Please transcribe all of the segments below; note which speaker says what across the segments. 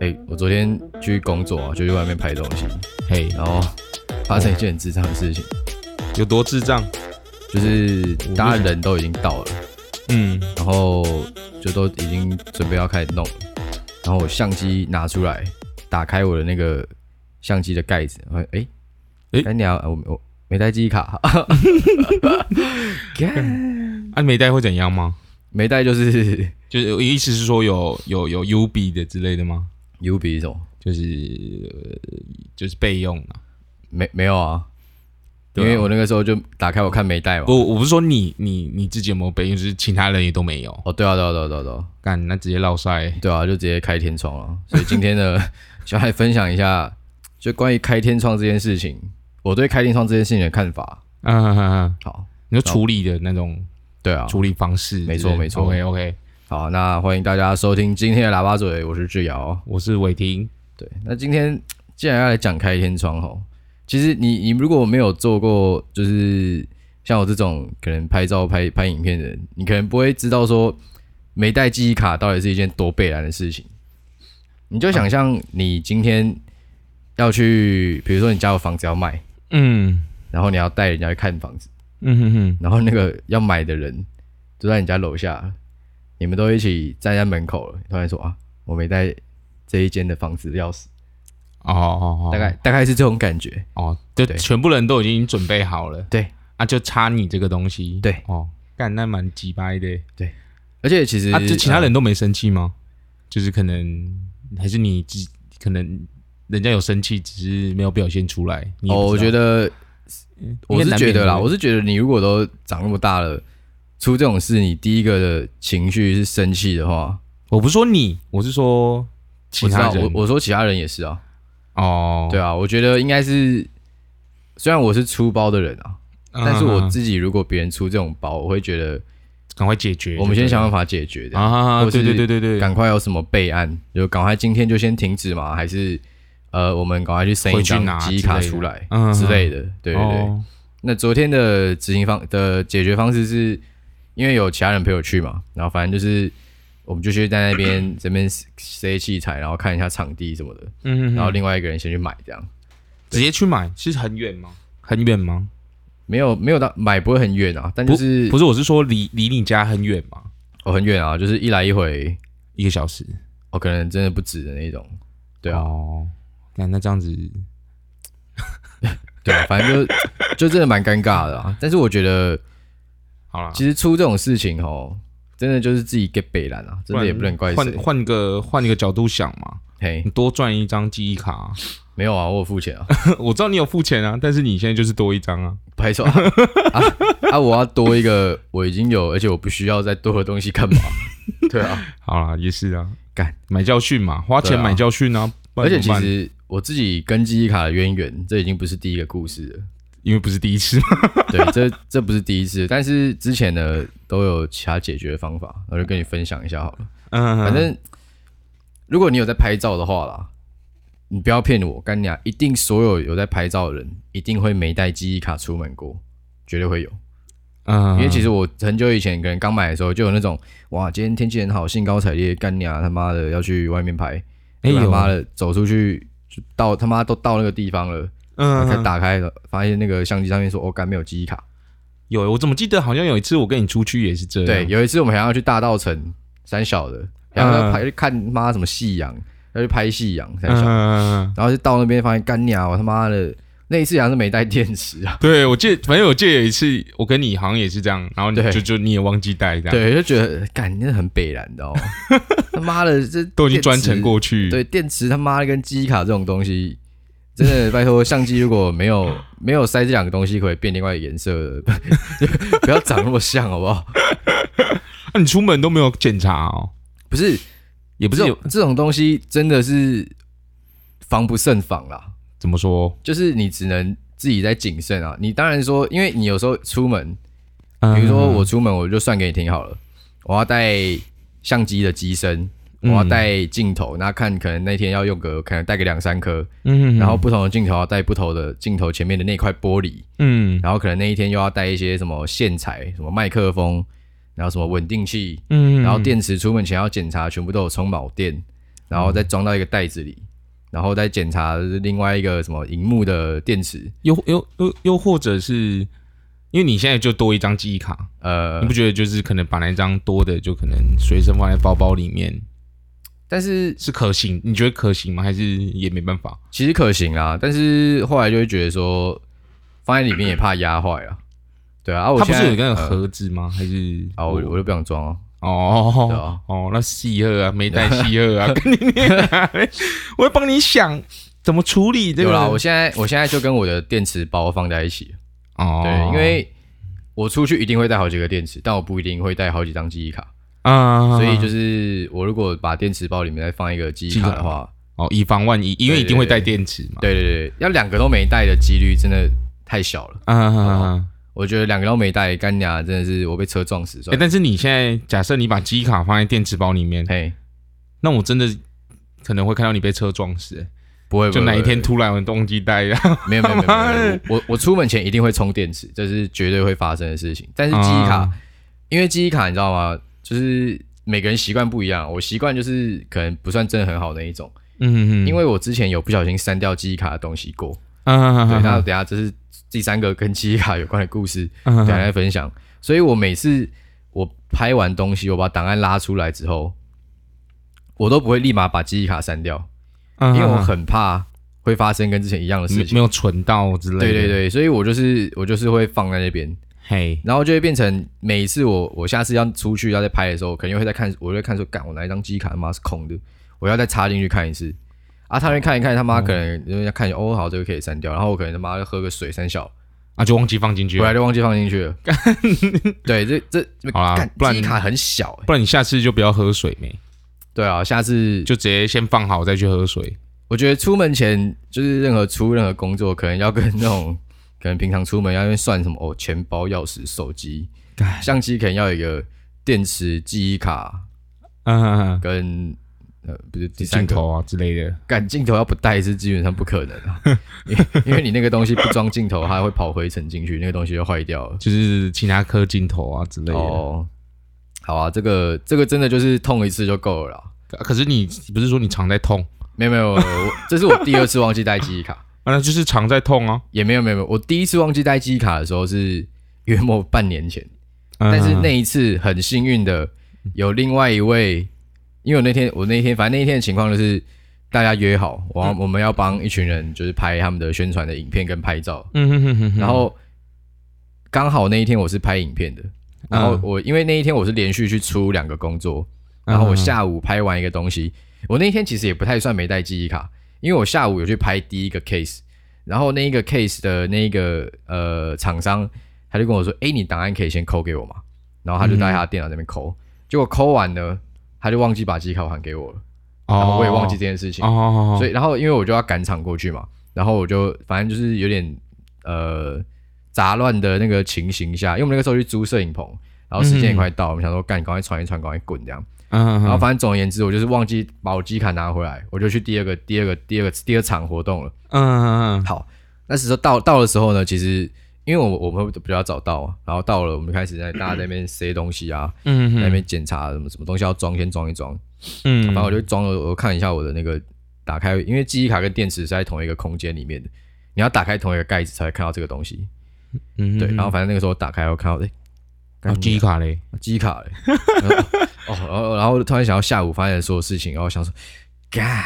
Speaker 1: 哎、我昨天去工作啊，就去外面拍东西，
Speaker 2: 嘿，
Speaker 1: 然后发生一件很智障的事情，
Speaker 2: 有多智障？
Speaker 1: 就是大家人都已经到了，
Speaker 2: 嗯，
Speaker 1: 然后就都已经准备要开始弄了，然后我相机拿出来，打开我的那个相机的盖子，哎哎
Speaker 2: 诶
Speaker 1: 哎，干娘，啊我我没带记忆 卡，干
Speaker 2: 啊，没带会怎样吗？
Speaker 1: 没带就是
Speaker 2: 就是我意思是说有有有 U B 的之类的吗？
Speaker 1: U B 什么？
Speaker 2: 就是、呃就是备用啊。
Speaker 1: 没没有啊，因
Speaker 2: 对啊哦
Speaker 1: 为我那个时候就打开我看没带嘛。
Speaker 2: 不，我不是说你你你自己有没有备用，就是其他人也都没有。
Speaker 1: 哦，对啊，对啊，对啊，对啊，对啊，
Speaker 2: 干，那直接落塞。
Speaker 1: 对啊，就直接开天窗了。所以今天呢， 想来分享一下，就关于开天窗这件事情，我对开天窗这件事情的看法。
Speaker 2: 嗯、啊啊啊，
Speaker 1: 好，
Speaker 2: 你说处理的那种
Speaker 1: 对啊，
Speaker 2: 处理方式，
Speaker 1: 没错没错
Speaker 2: OK OK，
Speaker 1: 好，那欢迎大家收听今天的喇叭嘴，我是志尧。
Speaker 2: 我是伟霆。
Speaker 1: 对，那今天既然要来讲开天窗吼，其实你你如果没有做过，就是像我这种可能拍照拍拍影片的人，你可能不会知道说没带记忆卡到底是一件多悲然的事情。你就想象你今天要去，比如说你家有房子要卖，
Speaker 2: 嗯
Speaker 1: 然后你要带人家去看房子，
Speaker 2: 嗯哼哼，
Speaker 1: 然后那个要买的人就在你家楼下，你们都一起站在门口了，突然说啊，我没带这一间的房子的钥匙。
Speaker 2: 哦哦哦，
Speaker 1: 大概大概是这种感觉。
Speaker 2: 哦，就
Speaker 1: 对
Speaker 2: 全部人都已经准备好了。
Speaker 1: 对
Speaker 2: 啊，就差你这个东西。
Speaker 1: 对
Speaker 2: 哦，干那蛮鸡掰的。
Speaker 1: 而且其实
Speaker 2: 啊，就其他
Speaker 1: 呃
Speaker 2: 人都没生气吗？就是可能还是你自己可能人家有生气，只是没有表现出来。你
Speaker 1: 哦，我觉
Speaker 2: 得
Speaker 1: 得我是觉得啦，我
Speaker 2: 是
Speaker 1: 是觉得你如果都长那么大了，出这种事，你第一个的情绪是生气的话，
Speaker 2: 我不是说你，我是说其
Speaker 1: 我知
Speaker 2: 他
Speaker 1: 道，
Speaker 2: 人。
Speaker 1: 我我说其他人也是啊，
Speaker 2: 哦，
Speaker 1: 对啊，我觉得应该是，虽然我是出包的人啊，
Speaker 2: 嗯，
Speaker 1: 但是我
Speaker 2: 嗯
Speaker 1: 自己如果别人出这种包，我会觉得
Speaker 2: 赶快解决。
Speaker 1: 我们先想办法解决
Speaker 2: 对
Speaker 1: 的，
Speaker 2: 啊，
Speaker 1: 或是
Speaker 2: 对对对对对，
Speaker 1: 赶快有什么备案，就赶快今天就先停止嘛，还是呃，我们赶快去申
Speaker 2: 回
Speaker 1: 一
Speaker 2: 去拿
Speaker 1: 张记忆卡
Speaker 2: 之类的
Speaker 1: 出来
Speaker 2: 嗯
Speaker 1: 之类的，对对对。
Speaker 2: 哦
Speaker 1: 那昨天的执行方的解决方式是，因为有其他人陪我去嘛，然后反正就是我们就去在那边这边 塞器材，然后看一下场地什么的，
Speaker 2: 嗯，
Speaker 1: 然
Speaker 2: 然
Speaker 1: 后
Speaker 2: 后
Speaker 1: 另外一个人先去买这样，
Speaker 2: 直接去买，是很远吗？很远吗？
Speaker 1: 没有没有到买不会很远啊，但
Speaker 2: 不
Speaker 1: 就是
Speaker 2: 不是，我是说离离你家很远吗？
Speaker 1: 哦很远啊，就是一来一回，
Speaker 2: 一个小时。
Speaker 1: 哦可能真的不止的那种，对啊、
Speaker 2: 哦，那那这样子
Speaker 1: 对啊，反正就就真的蛮尴尬的啊，但是我觉得
Speaker 2: 好了，
Speaker 1: 其实出这种事情哦，真的就是自己给北兰啊，真的也不能怪
Speaker 2: 换
Speaker 1: 谁，
Speaker 2: 换个换一个角度想嘛，
Speaker 1: 嘿
Speaker 2: 你，多赚一张记忆卡啊、
Speaker 1: 没有啊，我有付钱啊。
Speaker 2: 我知道你有付钱啊，但是你现在就是多一张啊。
Speaker 1: 拍手啊 啊啊！我要多一个， 我已经有，而且我不需要再多的东西干嘛？ 对啊，
Speaker 2: 好啦，也是啊，
Speaker 1: 干
Speaker 2: 买教训嘛，花
Speaker 1: 对
Speaker 2: 钱
Speaker 1: 啊
Speaker 2: 买教训啊。不
Speaker 1: 而
Speaker 2: 然
Speaker 1: 且
Speaker 2: 怎
Speaker 1: 其
Speaker 2: 么办
Speaker 1: 实我自己跟记忆卡的渊源，这已经不是第一个故事了。
Speaker 2: 因为不是第一次嘛，
Speaker 1: 对，这这不是第一次，但是之前呢都有其他解决的方法，我就跟你分享一下好了。
Speaker 2: 嗯，
Speaker 1: 反正如果你有在拍照的话啦，你不要骗我，干你啊！一定所有有在拍照的人，一定会没带记忆卡出门过，绝对会有。
Speaker 2: 嗯，
Speaker 1: 因为其
Speaker 2: 实
Speaker 1: 实我很久以前可能刚买的时候，就有那种哇，今天天气很好，兴高采烈，干娘他妈的要去外面拍，
Speaker 2: 哎
Speaker 1: 就他
Speaker 2: 有
Speaker 1: 妈的走出去就到他妈都到那个地方了，
Speaker 2: 嗯
Speaker 1: 才打开了，发现那个相机上面说哦，干没有记忆卡。
Speaker 2: 有，我怎么记得好像有一次我跟你出去也是这样，
Speaker 1: 对，，有一次我们还要去大道城三小的，然后要
Speaker 2: 嗯
Speaker 1: 拍去看妈什么夕阳，要去拍夕阳三小，
Speaker 2: 嗯，
Speaker 1: 然后就到那边发现干娘我他妈的那一次好像是没带电池啊，
Speaker 2: 对我记得，反正我记得有一次我跟你好像也是这样，然后你
Speaker 1: 对
Speaker 2: 就就你也忘记带这样，，
Speaker 1: 对，就觉得干那很北然 的哦，他妈的这
Speaker 2: 都已
Speaker 1: 电
Speaker 2: 经
Speaker 1: 池
Speaker 2: 专程过去，
Speaker 1: 对，电池他妈的跟记忆卡这种东西，真的拜托，相机如果没有没有塞这两个东西，可以变另外一个颜色的， 不要长那么像，好不好？
Speaker 2: 那啊你出门都没有检查哦，
Speaker 1: 不是，
Speaker 2: 也不
Speaker 1: 不
Speaker 2: 是
Speaker 1: 是
Speaker 2: 有
Speaker 1: 这种东西真的是防不胜防啦，
Speaker 2: 怎么说，
Speaker 1: 就是你只能自己在谨慎啊。你当然说，因为你有时候出门，
Speaker 2: 比
Speaker 1: 比如
Speaker 2: 嗯
Speaker 1: 说我出门，我就算给你听好了，我要带相机的机身。我要
Speaker 2: 嗯
Speaker 1: 带镜头，那看可能那天要用个，可能带个两三颗，
Speaker 2: 嗯，
Speaker 1: 然后不同的镜头要带不同的镜头前面的那块玻璃，
Speaker 2: 嗯
Speaker 1: 然后可能那一天又要带一些什么线材、什么麦克风，然后什么稳定器，
Speaker 2: 嗯，
Speaker 1: 然后电池出门前要检查全部都有充饱电，然后再
Speaker 2: 嗯
Speaker 1: 装到一个袋子里，然后再检查就是另外一个什么荧幕的电池，
Speaker 2: 又又又又或者是因为你现在就多一张记忆卡，
Speaker 1: 呃
Speaker 2: 你，不觉得就是可能把那张多的就可能随身放在包包里面
Speaker 1: 但是
Speaker 2: 是可行？你觉得可行吗？还是也没办法？
Speaker 1: 其实可行啊，但是后来就会觉得说放在里面也怕压坏啊，对啊，啊我
Speaker 2: 它不
Speaker 1: 现
Speaker 2: 是
Speaker 1: 在
Speaker 2: 有那个
Speaker 1: 呃
Speaker 2: 盒子吗？还是
Speaker 1: 啊，我我就不想装哦，对
Speaker 2: 哦
Speaker 1: 啊
Speaker 2: 哦，那细鹤啊，没带细 鹤啊，跟你念啊，我会帮你想怎么处理这
Speaker 1: 有
Speaker 2: 个。
Speaker 1: 啦，我现在我现在就跟我的电池包放在一起，
Speaker 2: 哦，
Speaker 1: 对，因为我出去一定会带好几个电池，但我不一定会带好几张记忆卡，
Speaker 2: 啊，
Speaker 1: 所以就是我如果把电池包里面再放一个记忆卡的话，
Speaker 2: 哦，以防万一，因为
Speaker 1: 对
Speaker 2: 一定会带电池嘛。
Speaker 1: 对对对，要两个都没带的几率真的太小了。
Speaker 2: 啊啊啊啊！
Speaker 1: 我觉得两个都没带，干娘真的是我被车撞死算
Speaker 2: 哎，
Speaker 1: 了。
Speaker 2: 但是你现在假设你把记忆卡放在电池包里面，
Speaker 1: 嘿，
Speaker 2: 那我真的可能会看到你被车撞死。欸
Speaker 1: 不会，
Speaker 2: 就
Speaker 1: 不会
Speaker 2: 哪一天突然有忘记带啊了，
Speaker 1: 不会没有没有没有没有， 没有我我出门前一定会充电池，这是绝对会发生的事情。但 是记忆卡，
Speaker 2: 啊
Speaker 1: 因为记忆卡你知道吗？就是每个人习惯不一样，我习惯就是可能不算真的很好那一种，
Speaker 2: 嗯嗯，
Speaker 1: 因为我之前有不小心删掉记忆卡的东西过。
Speaker 2: 啊，
Speaker 1: 对，
Speaker 2: 对
Speaker 1: 那等一下这是第三个跟记忆卡有关的故事，等一下
Speaker 2: 对
Speaker 1: 再分享。所以我每次我拍完东西，我把档案拉出来之后，我都不会立马把记忆卡删掉，
Speaker 2: 啊嗯
Speaker 1: 因为我很怕会发生跟之前一样的事
Speaker 2: 没
Speaker 1: 情。
Speaker 2: 没有存到之类的，
Speaker 1: 对对，对，所以我就是我就是会放在那边，
Speaker 2: 嘿，
Speaker 1: 然后就会变成每一次我我下次要出去要再拍的时候，我肯定会再看，我就会看说，干我哪一张记忆卡他妈是空的，我要再插进去看一次。啊，他们看一看，他妈可能人家看一下，哦，好，这个可以删掉，然后我可能他妈就喝个水三小，
Speaker 2: 啊就忘记放进去
Speaker 1: 回
Speaker 2: 了，
Speaker 1: 来就忘记放进去了。对，这这
Speaker 2: 好啦
Speaker 1: 干
Speaker 2: 不然
Speaker 1: 记忆卡很小、欸。
Speaker 2: 不然你下次就不要喝水没，
Speaker 1: 对啊，下次就
Speaker 2: 就直接先放好再去喝水。
Speaker 1: 我觉得出门前就是任何出任何工作，可能要跟那种可能平常出门要去算什么哦，钱包、钥匙、手机、
Speaker 2: 干
Speaker 1: 相机，可能要有一个电池、记忆卡
Speaker 2: 啊，
Speaker 1: 跟呃不是第三
Speaker 2: 镜
Speaker 1: 个
Speaker 2: 头啊之类的，
Speaker 1: 干镜头要不带是基本上不可能啊， 因为因为你那个东西不装镜头，它会跑灰尘进去，那个东西就坏掉了。
Speaker 2: 就是其他颗镜头啊之类的。
Speaker 1: 哦，好啊，这个这个真的就是痛一次就够了啦。
Speaker 2: 可是你不是说你常在痛
Speaker 1: 没有没有，我我这是我第二次忘记带记忆卡，
Speaker 2: 啊？那就是常在痛啊。
Speaker 1: 也没有没有没有，我第一次忘记带记忆卡的时候是约莫半年前，
Speaker 2: 嗯
Speaker 1: 但是那一次很幸运的有另外一位，因为我那天我那天反正那一天的情况就是大家约好，我要
Speaker 2: 嗯
Speaker 1: 我们要帮一群人就是拍他们的宣传的影片跟拍照，
Speaker 2: 嗯哼哼哼哼，
Speaker 1: 然后刚好那一天我是拍影片的，然后
Speaker 2: 嗯
Speaker 1: 我因为那一天我是连续去出两个工作，然
Speaker 2: 嗯
Speaker 1: 后我下午拍完一个东西，我那天其实也不太算没带记忆卡，因为我下午有去拍第一个 case，然后那一个 case 的那个呃厂商他就跟我说，哎、你档案可以先抠给我嘛，然后他就
Speaker 2: 嗯
Speaker 1: 在他的电脑那边抠，结果抠完呢，他就忘记把记忆卡还给我了，然后
Speaker 2: 哦，
Speaker 1: 我也忘记这件事情，
Speaker 2: 哦，
Speaker 1: 所
Speaker 2: 以
Speaker 1: 以然后因为我就要赶场过去嘛，然后我就反正就是有点呃杂乱的那个情形下，因为我们那个时候去租摄影棚，然后时间也快到，我们想说干，赶快传一传，赶快滚这样。
Speaker 2: 嗯，
Speaker 1: 然
Speaker 2: 然
Speaker 1: 后反正总而言之，我就是忘记把我机卡拿回来，我就去第二个、第二个、第二个、第二场活动了。
Speaker 2: 嗯嗯
Speaker 1: 好，那时候到到的时候呢，其实因为我我们会比较早到嘛，然后到了我们就开始在大家在那边塞东西啊，
Speaker 2: 嗯
Speaker 1: 在那
Speaker 2: 嗯
Speaker 1: 边检查什么什么东西要装，先装一装。
Speaker 2: 嗯，
Speaker 1: 反正我就装了，我看一下我的那个打开，因为记忆卡跟电池是在同一个空间里面的，你要打开同一个盖子才会看到这个东西。
Speaker 2: 嗯哦
Speaker 1: 对，然后
Speaker 2: 后嗯
Speaker 1: 反正那个时候打开我看到，哎、干
Speaker 2: 记忆卡嘞，
Speaker 1: 机卡嘞、 然后哦，然后然后突然想到下午发生的所有事情，然后想说，干。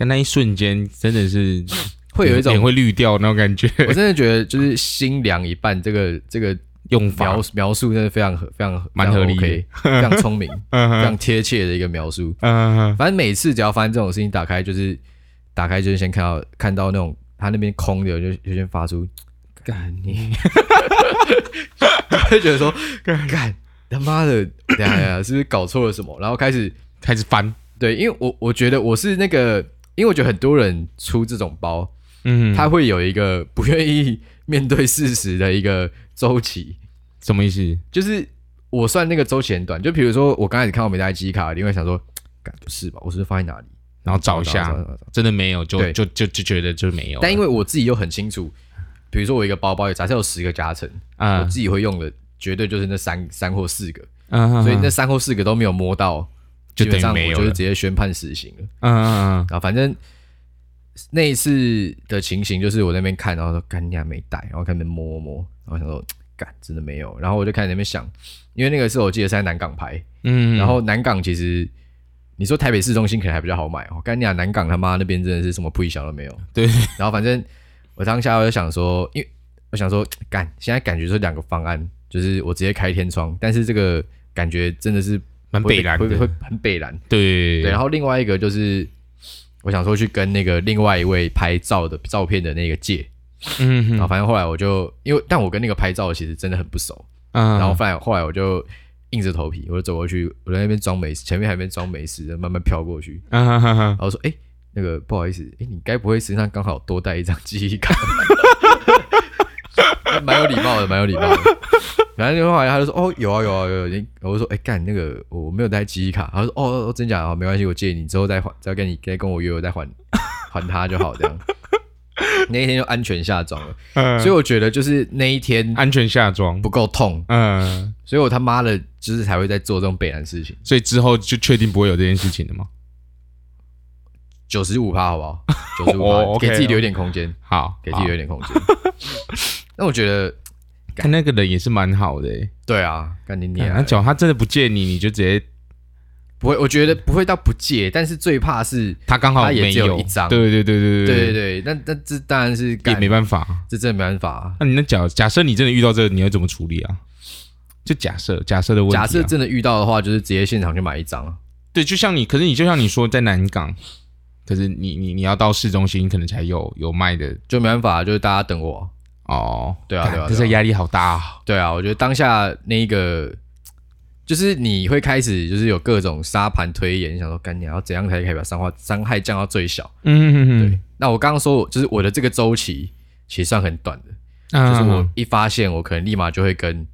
Speaker 2: 但那一瞬间真的是
Speaker 1: 会有一
Speaker 2: 脸
Speaker 1: 种，
Speaker 2: 会绿掉那种感觉，
Speaker 1: 我真的觉得就是心凉一半，这个这个
Speaker 2: 用法
Speaker 1: 描描述真的非常合非常
Speaker 2: 蛮合理的
Speaker 1: 非常 OK，非常聪明，
Speaker 2: 嗯
Speaker 1: 非
Speaker 2: 哼
Speaker 1: 常贴切的一个描述。
Speaker 2: 嗯
Speaker 1: 反正每次只要发生这种事情，打开就是打开就是先看到看到那种他那边空的，我就就先发出干你，就会觉得说干他妈的，等一下等一下是不是搞错了什么？然后开始
Speaker 2: 开始翻，
Speaker 1: 对，因为我我觉得我是那个，因为我觉得很多人出这种包，
Speaker 2: 嗯，
Speaker 1: 他会有一个不愿意面对事实的一个周期，
Speaker 2: 什么意思？
Speaker 1: 就是我算那个周期很短，就比如说我刚开始看我没带记忆卡，你会想说，该不是吧？我是不是放在哪里？
Speaker 2: 然后找一
Speaker 1: 找
Speaker 2: 下
Speaker 1: 找，找找
Speaker 2: 真的没有，就
Speaker 1: 对
Speaker 2: 就就就觉得就没有了。
Speaker 1: 但因为我自己又很清楚，比如说我一个包包，假设有十个夹层，我
Speaker 2: 啊
Speaker 1: 自己会用的绝对就是那三三或四个，
Speaker 2: 啊，
Speaker 1: 所以那三或四个都没有摸到，基本
Speaker 2: 就等
Speaker 1: 上
Speaker 2: 于没
Speaker 1: 我
Speaker 2: 有
Speaker 1: 就
Speaker 2: 了
Speaker 1: 是直。接宣判死刑了。
Speaker 2: 嗯嗯嗯
Speaker 1: 啊，反正那一次的情形就是我在那边看，然后说干你还没带，然后开始摸摸摸，然后想说干真的没有，然后我就开始在那边想，因为那个时候我记得是在南港拍，
Speaker 2: 嗯，
Speaker 1: 然后南港其实你说台北市中心可能还比较好买哦，干你啊南港他妈那边真的是什么不一小都没有，
Speaker 2: 对，
Speaker 1: 然后反正我当下我就想说，因为我想说干现在感觉是两个方案，就是我直接开天窗，但是这个感觉真的是
Speaker 2: 蛮
Speaker 1: 会被
Speaker 2: 北蓝
Speaker 1: 会
Speaker 2: 的，
Speaker 1: 会会很北蓝。
Speaker 2: 对
Speaker 1: 对，然
Speaker 2: 后
Speaker 1: 后另外一个就是，我想说去跟那个另外一位拍照的照片的那个借，
Speaker 2: 嗯
Speaker 1: 然后
Speaker 2: 嗯
Speaker 1: 反正后来我就因为，但我跟那个拍照的其实真的很不熟，
Speaker 2: 嗯，
Speaker 1: 然后后来后来我就硬着头皮，我就走过去，我在那边装没事，前面还没装没事，慢慢飘过去，
Speaker 2: 嗯哈哈哈
Speaker 1: 然，后说，哎、那个不好意思，哎、你该不会身上刚好多带一张记忆卡？ 蛮有礼貌的，蛮有礼貌的。然后后来他就说：“哦，有啊，有啊，有啊。你”我就说：“哎、干那个我没有带记忆卡。”他说：“哦哦，哦真假啊，没关系，我借你之后再还，再跟你再跟我约，我再还还他就好。”这样， 那一天就安全下装了。
Speaker 2: 嗯
Speaker 1: 所以我觉得就是那一天
Speaker 2: 安全下装
Speaker 1: 不，够痛，
Speaker 2: 嗯，
Speaker 1: 所以我他妈的就是才会在做这种北南事情。
Speaker 2: 所以之后就确定不会有这件事情了吗？
Speaker 1: 九十五趴好不 好？九十五
Speaker 2: 哦
Speaker 1: 趴，
Speaker 2: ，OK
Speaker 1: 给自己留一点空间。
Speaker 2: 好，
Speaker 1: 给自己留一点空 间。那我觉得，
Speaker 2: 看那个人也是蛮好的欸，
Speaker 1: 对啊，干你你
Speaker 2: 那脚他真的不借你，你就直接
Speaker 1: 不会，我觉得不会到不借，但是最怕是，
Speaker 2: 他刚好
Speaker 1: 他也
Speaker 2: 没
Speaker 1: 只有一张
Speaker 2: 对对对
Speaker 1: 对
Speaker 2: 对
Speaker 1: 对
Speaker 2: 对
Speaker 1: 对，那那这当然是
Speaker 2: 也
Speaker 1: 干
Speaker 2: 没，办法。
Speaker 1: 这真的没办法啊、
Speaker 2: 那你那假假设你真的遇到这个，你要怎么处理啊？就假设假设的问题
Speaker 1: 假
Speaker 2: 啊、
Speaker 1: 设真的遇到的话，就是直接现场去买一张啊。
Speaker 2: 对，就像你，可是你就像你说在南港，可是你你你要到市中心可能才有有卖的
Speaker 1: 就没办法，就是大家等我啊。
Speaker 2: 哦。
Speaker 1: 对啊
Speaker 2: 干
Speaker 1: 对啊
Speaker 2: 这
Speaker 1: 对
Speaker 2: 是
Speaker 1: 啊
Speaker 2: 压力好大、啊。
Speaker 1: 对啊，我觉得当下那一个，就是你会开始就是有各种沙盘推演，想说干你要怎样才可以把伤害伤害降到最小。
Speaker 2: 嗯，
Speaker 1: 对，那我刚刚说，就是我的这个周期其实算很短的，
Speaker 2: 嗯
Speaker 1: 就是我一发现，我可能立马就会跟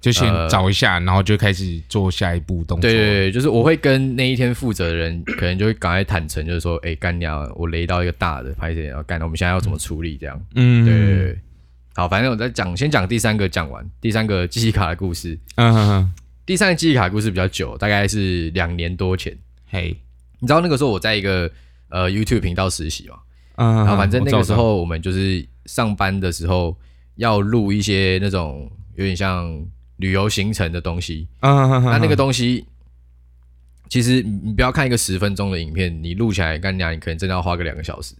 Speaker 2: 就先
Speaker 1: 呃
Speaker 2: 找一下，然后就开始做下一步动作。
Speaker 1: 对对对，就是我会跟那一天负责的人， 可能就会赶快坦诚，就是说，哎、干娘，我雷到一个大的，拍谁然后干，我们现在要怎么处理？这样，
Speaker 2: 嗯，
Speaker 1: 对对对对。好，反正我在讲，先讲第三个，讲完第三个记忆卡的故事。
Speaker 2: 嗯，嗯嗯，
Speaker 1: 第三个记忆卡的故事比较久，大概是两年多前。
Speaker 2: 嘿，
Speaker 1: 你知道那个时候我在一个呃 YouTube 频道实习嘛，
Speaker 2: 嗯，
Speaker 1: 然后反正那个时
Speaker 2: 我知道，
Speaker 1: 候我们就是上班的时候要录一些那种有点像旅游行程的东西，
Speaker 2: 嗯嗯嗯，
Speaker 1: 那那个
Speaker 2: 都
Speaker 1: 东西，其实你不要看一个十分钟的影片，你录起来干娘，你可能真的要花个两个小时，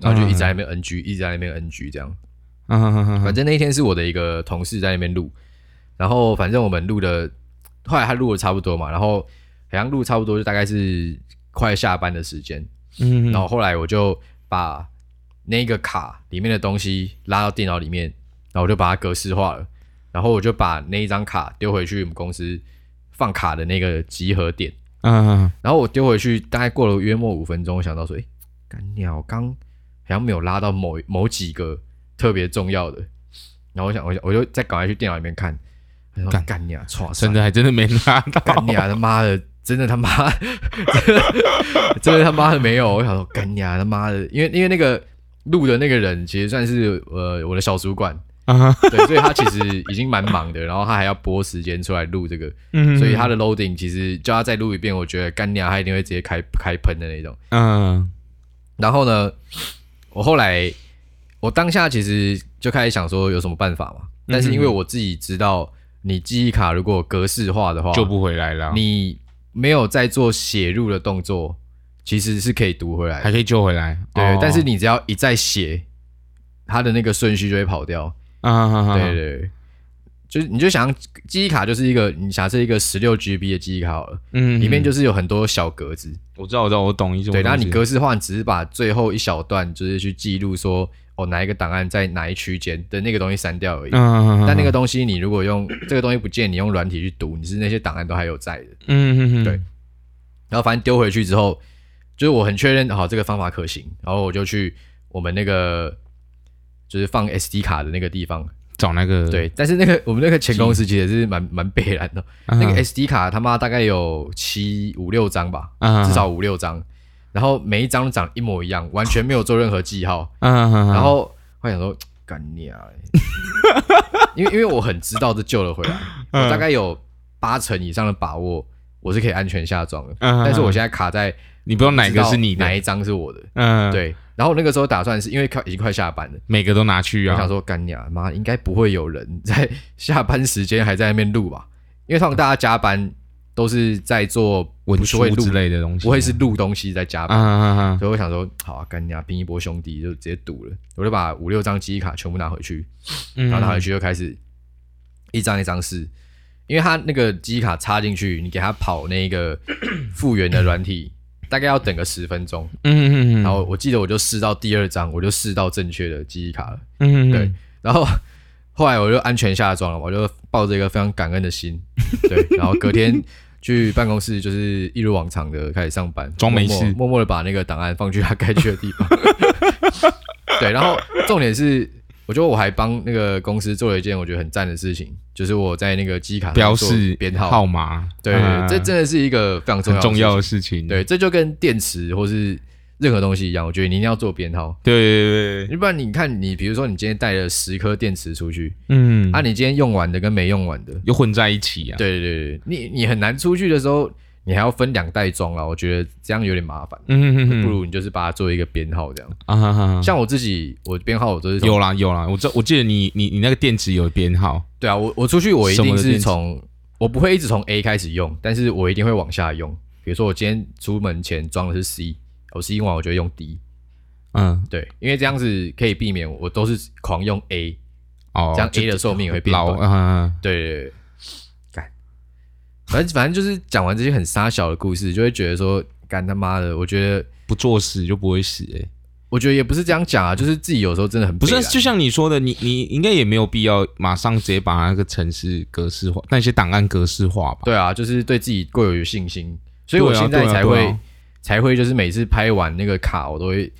Speaker 1: 然后就一直在那边 NG，、一直在那边 NG 这样。
Speaker 2: 嗯嗯嗯嗯
Speaker 1: 反正那一天是我的一个同事在那边录，然后反正我们录的，后来他录的差不多嘛，然后好像录差不多就大概是快下班的时间，
Speaker 2: 嗯，
Speaker 1: 然后后来我就把那个卡里面的东西拉到电脑里面，然后我就把它格式化了，然后我就把那一张卡丢回去我们公司放卡的那个集合点，
Speaker 2: 嗯嗯
Speaker 1: 然后我丢回去，大概过了约莫五分钟，我想到说，哎，干鸟刚好像没有拉到某某几个特别重要的，然后我想，我想我就再赶快去电脑里面看，我想说
Speaker 2: 干
Speaker 1: 干鸟，操，
Speaker 2: 嗯，真的还真的没拿 到，
Speaker 1: 干你啊他妈的，真的他妈， 真的他妈的没有。我想说，干你啊他妈的，因为因为那个录的那个人其实算是呃我的小主管，
Speaker 2: 啊，
Speaker 1: 对，所以他其实已经蛮忙的，然后他还要拨时间出来录这个，
Speaker 2: 嗯
Speaker 1: 所以他的 loading 其实叫他再录一遍，我觉得干你啊他一定会直接开开喷的那种。
Speaker 2: 嗯
Speaker 1: 然后呢，我后来我当下其实就开始想说有什么办法嘛，但是因
Speaker 2: 嗯
Speaker 1: 为我自己知道。你记忆卡如果格式化的话，
Speaker 2: 救不回来了，
Speaker 1: 你没有在做写入的动作，其实是可以读回来
Speaker 2: 还
Speaker 1: 的。
Speaker 2: 可以救回来，
Speaker 1: 对，
Speaker 2: 哦
Speaker 1: 但是你只要一再写，它的那个顺序就会跑掉。
Speaker 2: 啊，嗯
Speaker 1: 对，对对，就是你就想记忆卡就是一个，你假设一个十六 GB 的记忆卡好了，
Speaker 2: 嗯，
Speaker 1: 里面就是有很多小格子。
Speaker 2: 我知道，我知道，我懂一种东
Speaker 1: 对，
Speaker 2: 西，
Speaker 1: 然后你格式化，你只是把最后一小段就是去记录说哦哪一个档案在哪一区间的那个东西删掉而已。
Speaker 2: 嗯，嗯，嗯
Speaker 1: 但那个，东西你如果用这个东西不见，你用软体去读，你是那些档案都还有在的。
Speaker 2: 嗯嗯嗯，
Speaker 1: 对然后反正丢回去之后，就是我很确认好这个方法可行，然后我就去我们那个就是放 SD 卡的那个地方，
Speaker 2: 找那个，
Speaker 1: 对，但是那个我们那个前公司其实也是啊蛮蛮悲然的，
Speaker 2: 嗯，
Speaker 1: 那个 SD 卡他妈大概有七五六张吧，
Speaker 2: 嗯
Speaker 1: 至少五六张，然后每一张都长一模一样，完全没有做任何记号，
Speaker 2: 嗯，嗯
Speaker 1: 然后我想说干你啊，欸 嗯因为因为我很知道这救了回来，我大概有八成以上的把握，我是可以安全下装的，
Speaker 2: 嗯
Speaker 1: 但是我现在卡在
Speaker 2: 你不知道哪个是你
Speaker 1: 知道哪
Speaker 2: 的，
Speaker 1: 一张是我的。
Speaker 2: 嗯，，
Speaker 1: 对，然后我那个时候打算是因为快已经快下班了，
Speaker 2: 每个都拿去
Speaker 1: 我想
Speaker 2: 啊，
Speaker 1: 说干呀妈，应该不会有人 在下班时间还在那边录吧？因为通常大家加班都是在做
Speaker 2: 文
Speaker 1: 不是会
Speaker 2: 书
Speaker 1: 录
Speaker 2: 之，类的东西，
Speaker 1: 不会是录东西在加
Speaker 2: 啊
Speaker 1: 班，
Speaker 2: 啊啊，
Speaker 1: 所以我想说好啊，干呀拼一波兄弟就直接赌了，我就把五六张记忆卡全部拿回去，嗯
Speaker 2: 然
Speaker 1: 然后拿回去就开始一张一张试，因为他那个记忆卡插进去，你给他跑那个复原的软体，大概要等个十分钟。
Speaker 2: 嗯嗯嗯，
Speaker 1: 然后我记得我就试到第二张，我就试到正确的记忆卡了。
Speaker 2: 嗯，嗯
Speaker 1: 对，，然后 后来我就安全下装了嘛，我就抱着一个非常感恩的心， 对，然后隔天去办公室就是一如往常的开始上班，
Speaker 2: 装没事
Speaker 1: 默默默默的把那个档案放去他该去的地 方。对，然后重点是，我觉得我还帮那个公司做了一件我觉得很赞的事情，就是我在那个机卡上
Speaker 2: 标
Speaker 1: 做
Speaker 2: 示
Speaker 1: 编号。
Speaker 2: 号码，
Speaker 1: 对，
Speaker 2: 嗯
Speaker 1: 这真的是一个非常重要
Speaker 2: 很重要
Speaker 1: 的
Speaker 2: 的
Speaker 1: 事
Speaker 2: 事情，
Speaker 1: 情。对，这就跟电池或是任何东西一样，我觉得你一定要做编号，
Speaker 2: 对对对对，
Speaker 1: 要不然你看你，比如说你今天带了十颗电池出去，
Speaker 2: 嗯，
Speaker 1: 啊，你今天用完的跟没用完的，
Speaker 2: 又混在一起啊，，
Speaker 1: 对对对对，你你很难出去的时候，你还要分两袋装啊啦，我觉得这样有点麻烦，
Speaker 2: 嗯嗯嗯，
Speaker 1: 不如你就是把它做一个编号这样。
Speaker 2: 啊哈哈哈，
Speaker 1: 像我自己，我编号我都是从
Speaker 2: 有啦有啦，我知我记得你你你那个电池有编号，
Speaker 1: 对啊，我我出去我一
Speaker 2: 什
Speaker 1: 定
Speaker 2: 么的
Speaker 1: 是
Speaker 2: 电池
Speaker 1: 从我不会一直从 A 开始用，但是我一定会往下用。比如说我今天出门前装的是 C，我 C 用完我就会用 D，
Speaker 2: 嗯，
Speaker 1: 对，因为这样子可以避免我都是狂用 A，
Speaker 2: 哦，
Speaker 1: 这样
Speaker 2: 就
Speaker 1: A 的寿命也会变短
Speaker 2: 老啊，
Speaker 1: 对对对，干，反正反正就是讲完这些很沙小的故事，就会觉得说，干他妈的，我觉得
Speaker 2: 不作死就不会死哎、
Speaker 1: 我觉得也不是这样讲啊，就是啊自己有时候真的很
Speaker 2: 不是
Speaker 1: 北，蓝
Speaker 2: 就像你说的，你你应该也没有必要马上直接把那个城市格式化，那些档案格式化吧？
Speaker 1: 对啊，就是对自己过有信心，所以我
Speaker 2: 对啊
Speaker 1: 现在
Speaker 2: 对啊
Speaker 1: 才
Speaker 2: 对
Speaker 1: 会、
Speaker 2: 啊
Speaker 1: 才会就是每次拍完那个卡，我都会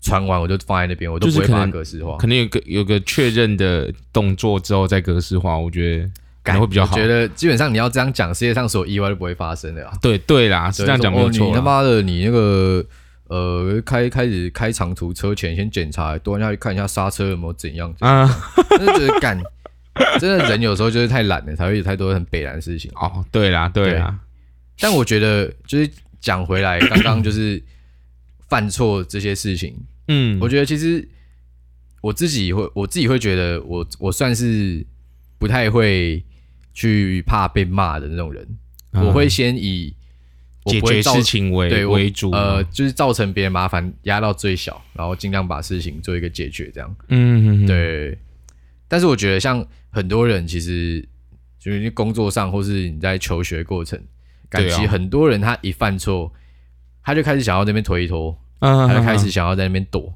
Speaker 1: 传完我就放在那边，我都
Speaker 2: 就是
Speaker 1: 不会
Speaker 2: 可
Speaker 1: 把它
Speaker 2: 能
Speaker 1: 格式化
Speaker 2: 可。能有个有个确认的动作之后再格式化，我觉得可
Speaker 1: 感
Speaker 2: 能会比较好
Speaker 1: 我。觉得基本上你要这样讲，世界上所有意外都不会发生的啊。
Speaker 2: 对对啦，是
Speaker 1: 对
Speaker 2: 这样讲没
Speaker 1: 说
Speaker 2: 有
Speaker 1: 哦
Speaker 2: 错
Speaker 1: 你他
Speaker 2: 啦。
Speaker 1: 妈的，你那个呃，开开始开长途车前先检查，多下去看一下刹车有没有怎样。
Speaker 2: 啊，
Speaker 1: 真的觉得干， 真的人有时候就是太懒了，才会有太多很北然的事情。
Speaker 2: 哦，对啦，对啦，
Speaker 1: 但我觉得就是讲回来，刚刚就是犯错这些事情，
Speaker 2: 嗯，
Speaker 1: 我觉得其实我自己会，我自己会觉得我我算是不太会去怕被骂的那种人，
Speaker 2: 嗯
Speaker 1: 我会先以我
Speaker 2: 解
Speaker 1: 不会
Speaker 2: 决
Speaker 1: 造
Speaker 2: 事情为
Speaker 1: 对我
Speaker 2: 为主，嗯
Speaker 1: 呃，就是造成别人麻烦压到最小，然后尽量把事情做一个解决，这样。
Speaker 2: 嗯，嗯，嗯
Speaker 1: 对，但是我觉得像很多人其实就是你工作上或是你在求学过程，感
Speaker 2: 对啊
Speaker 1: 觉很多人他一犯错，他就开始想要那边推一拖，
Speaker 2: 嗯，
Speaker 1: 他就
Speaker 2: 嗯
Speaker 1: 开始想要在那边躲。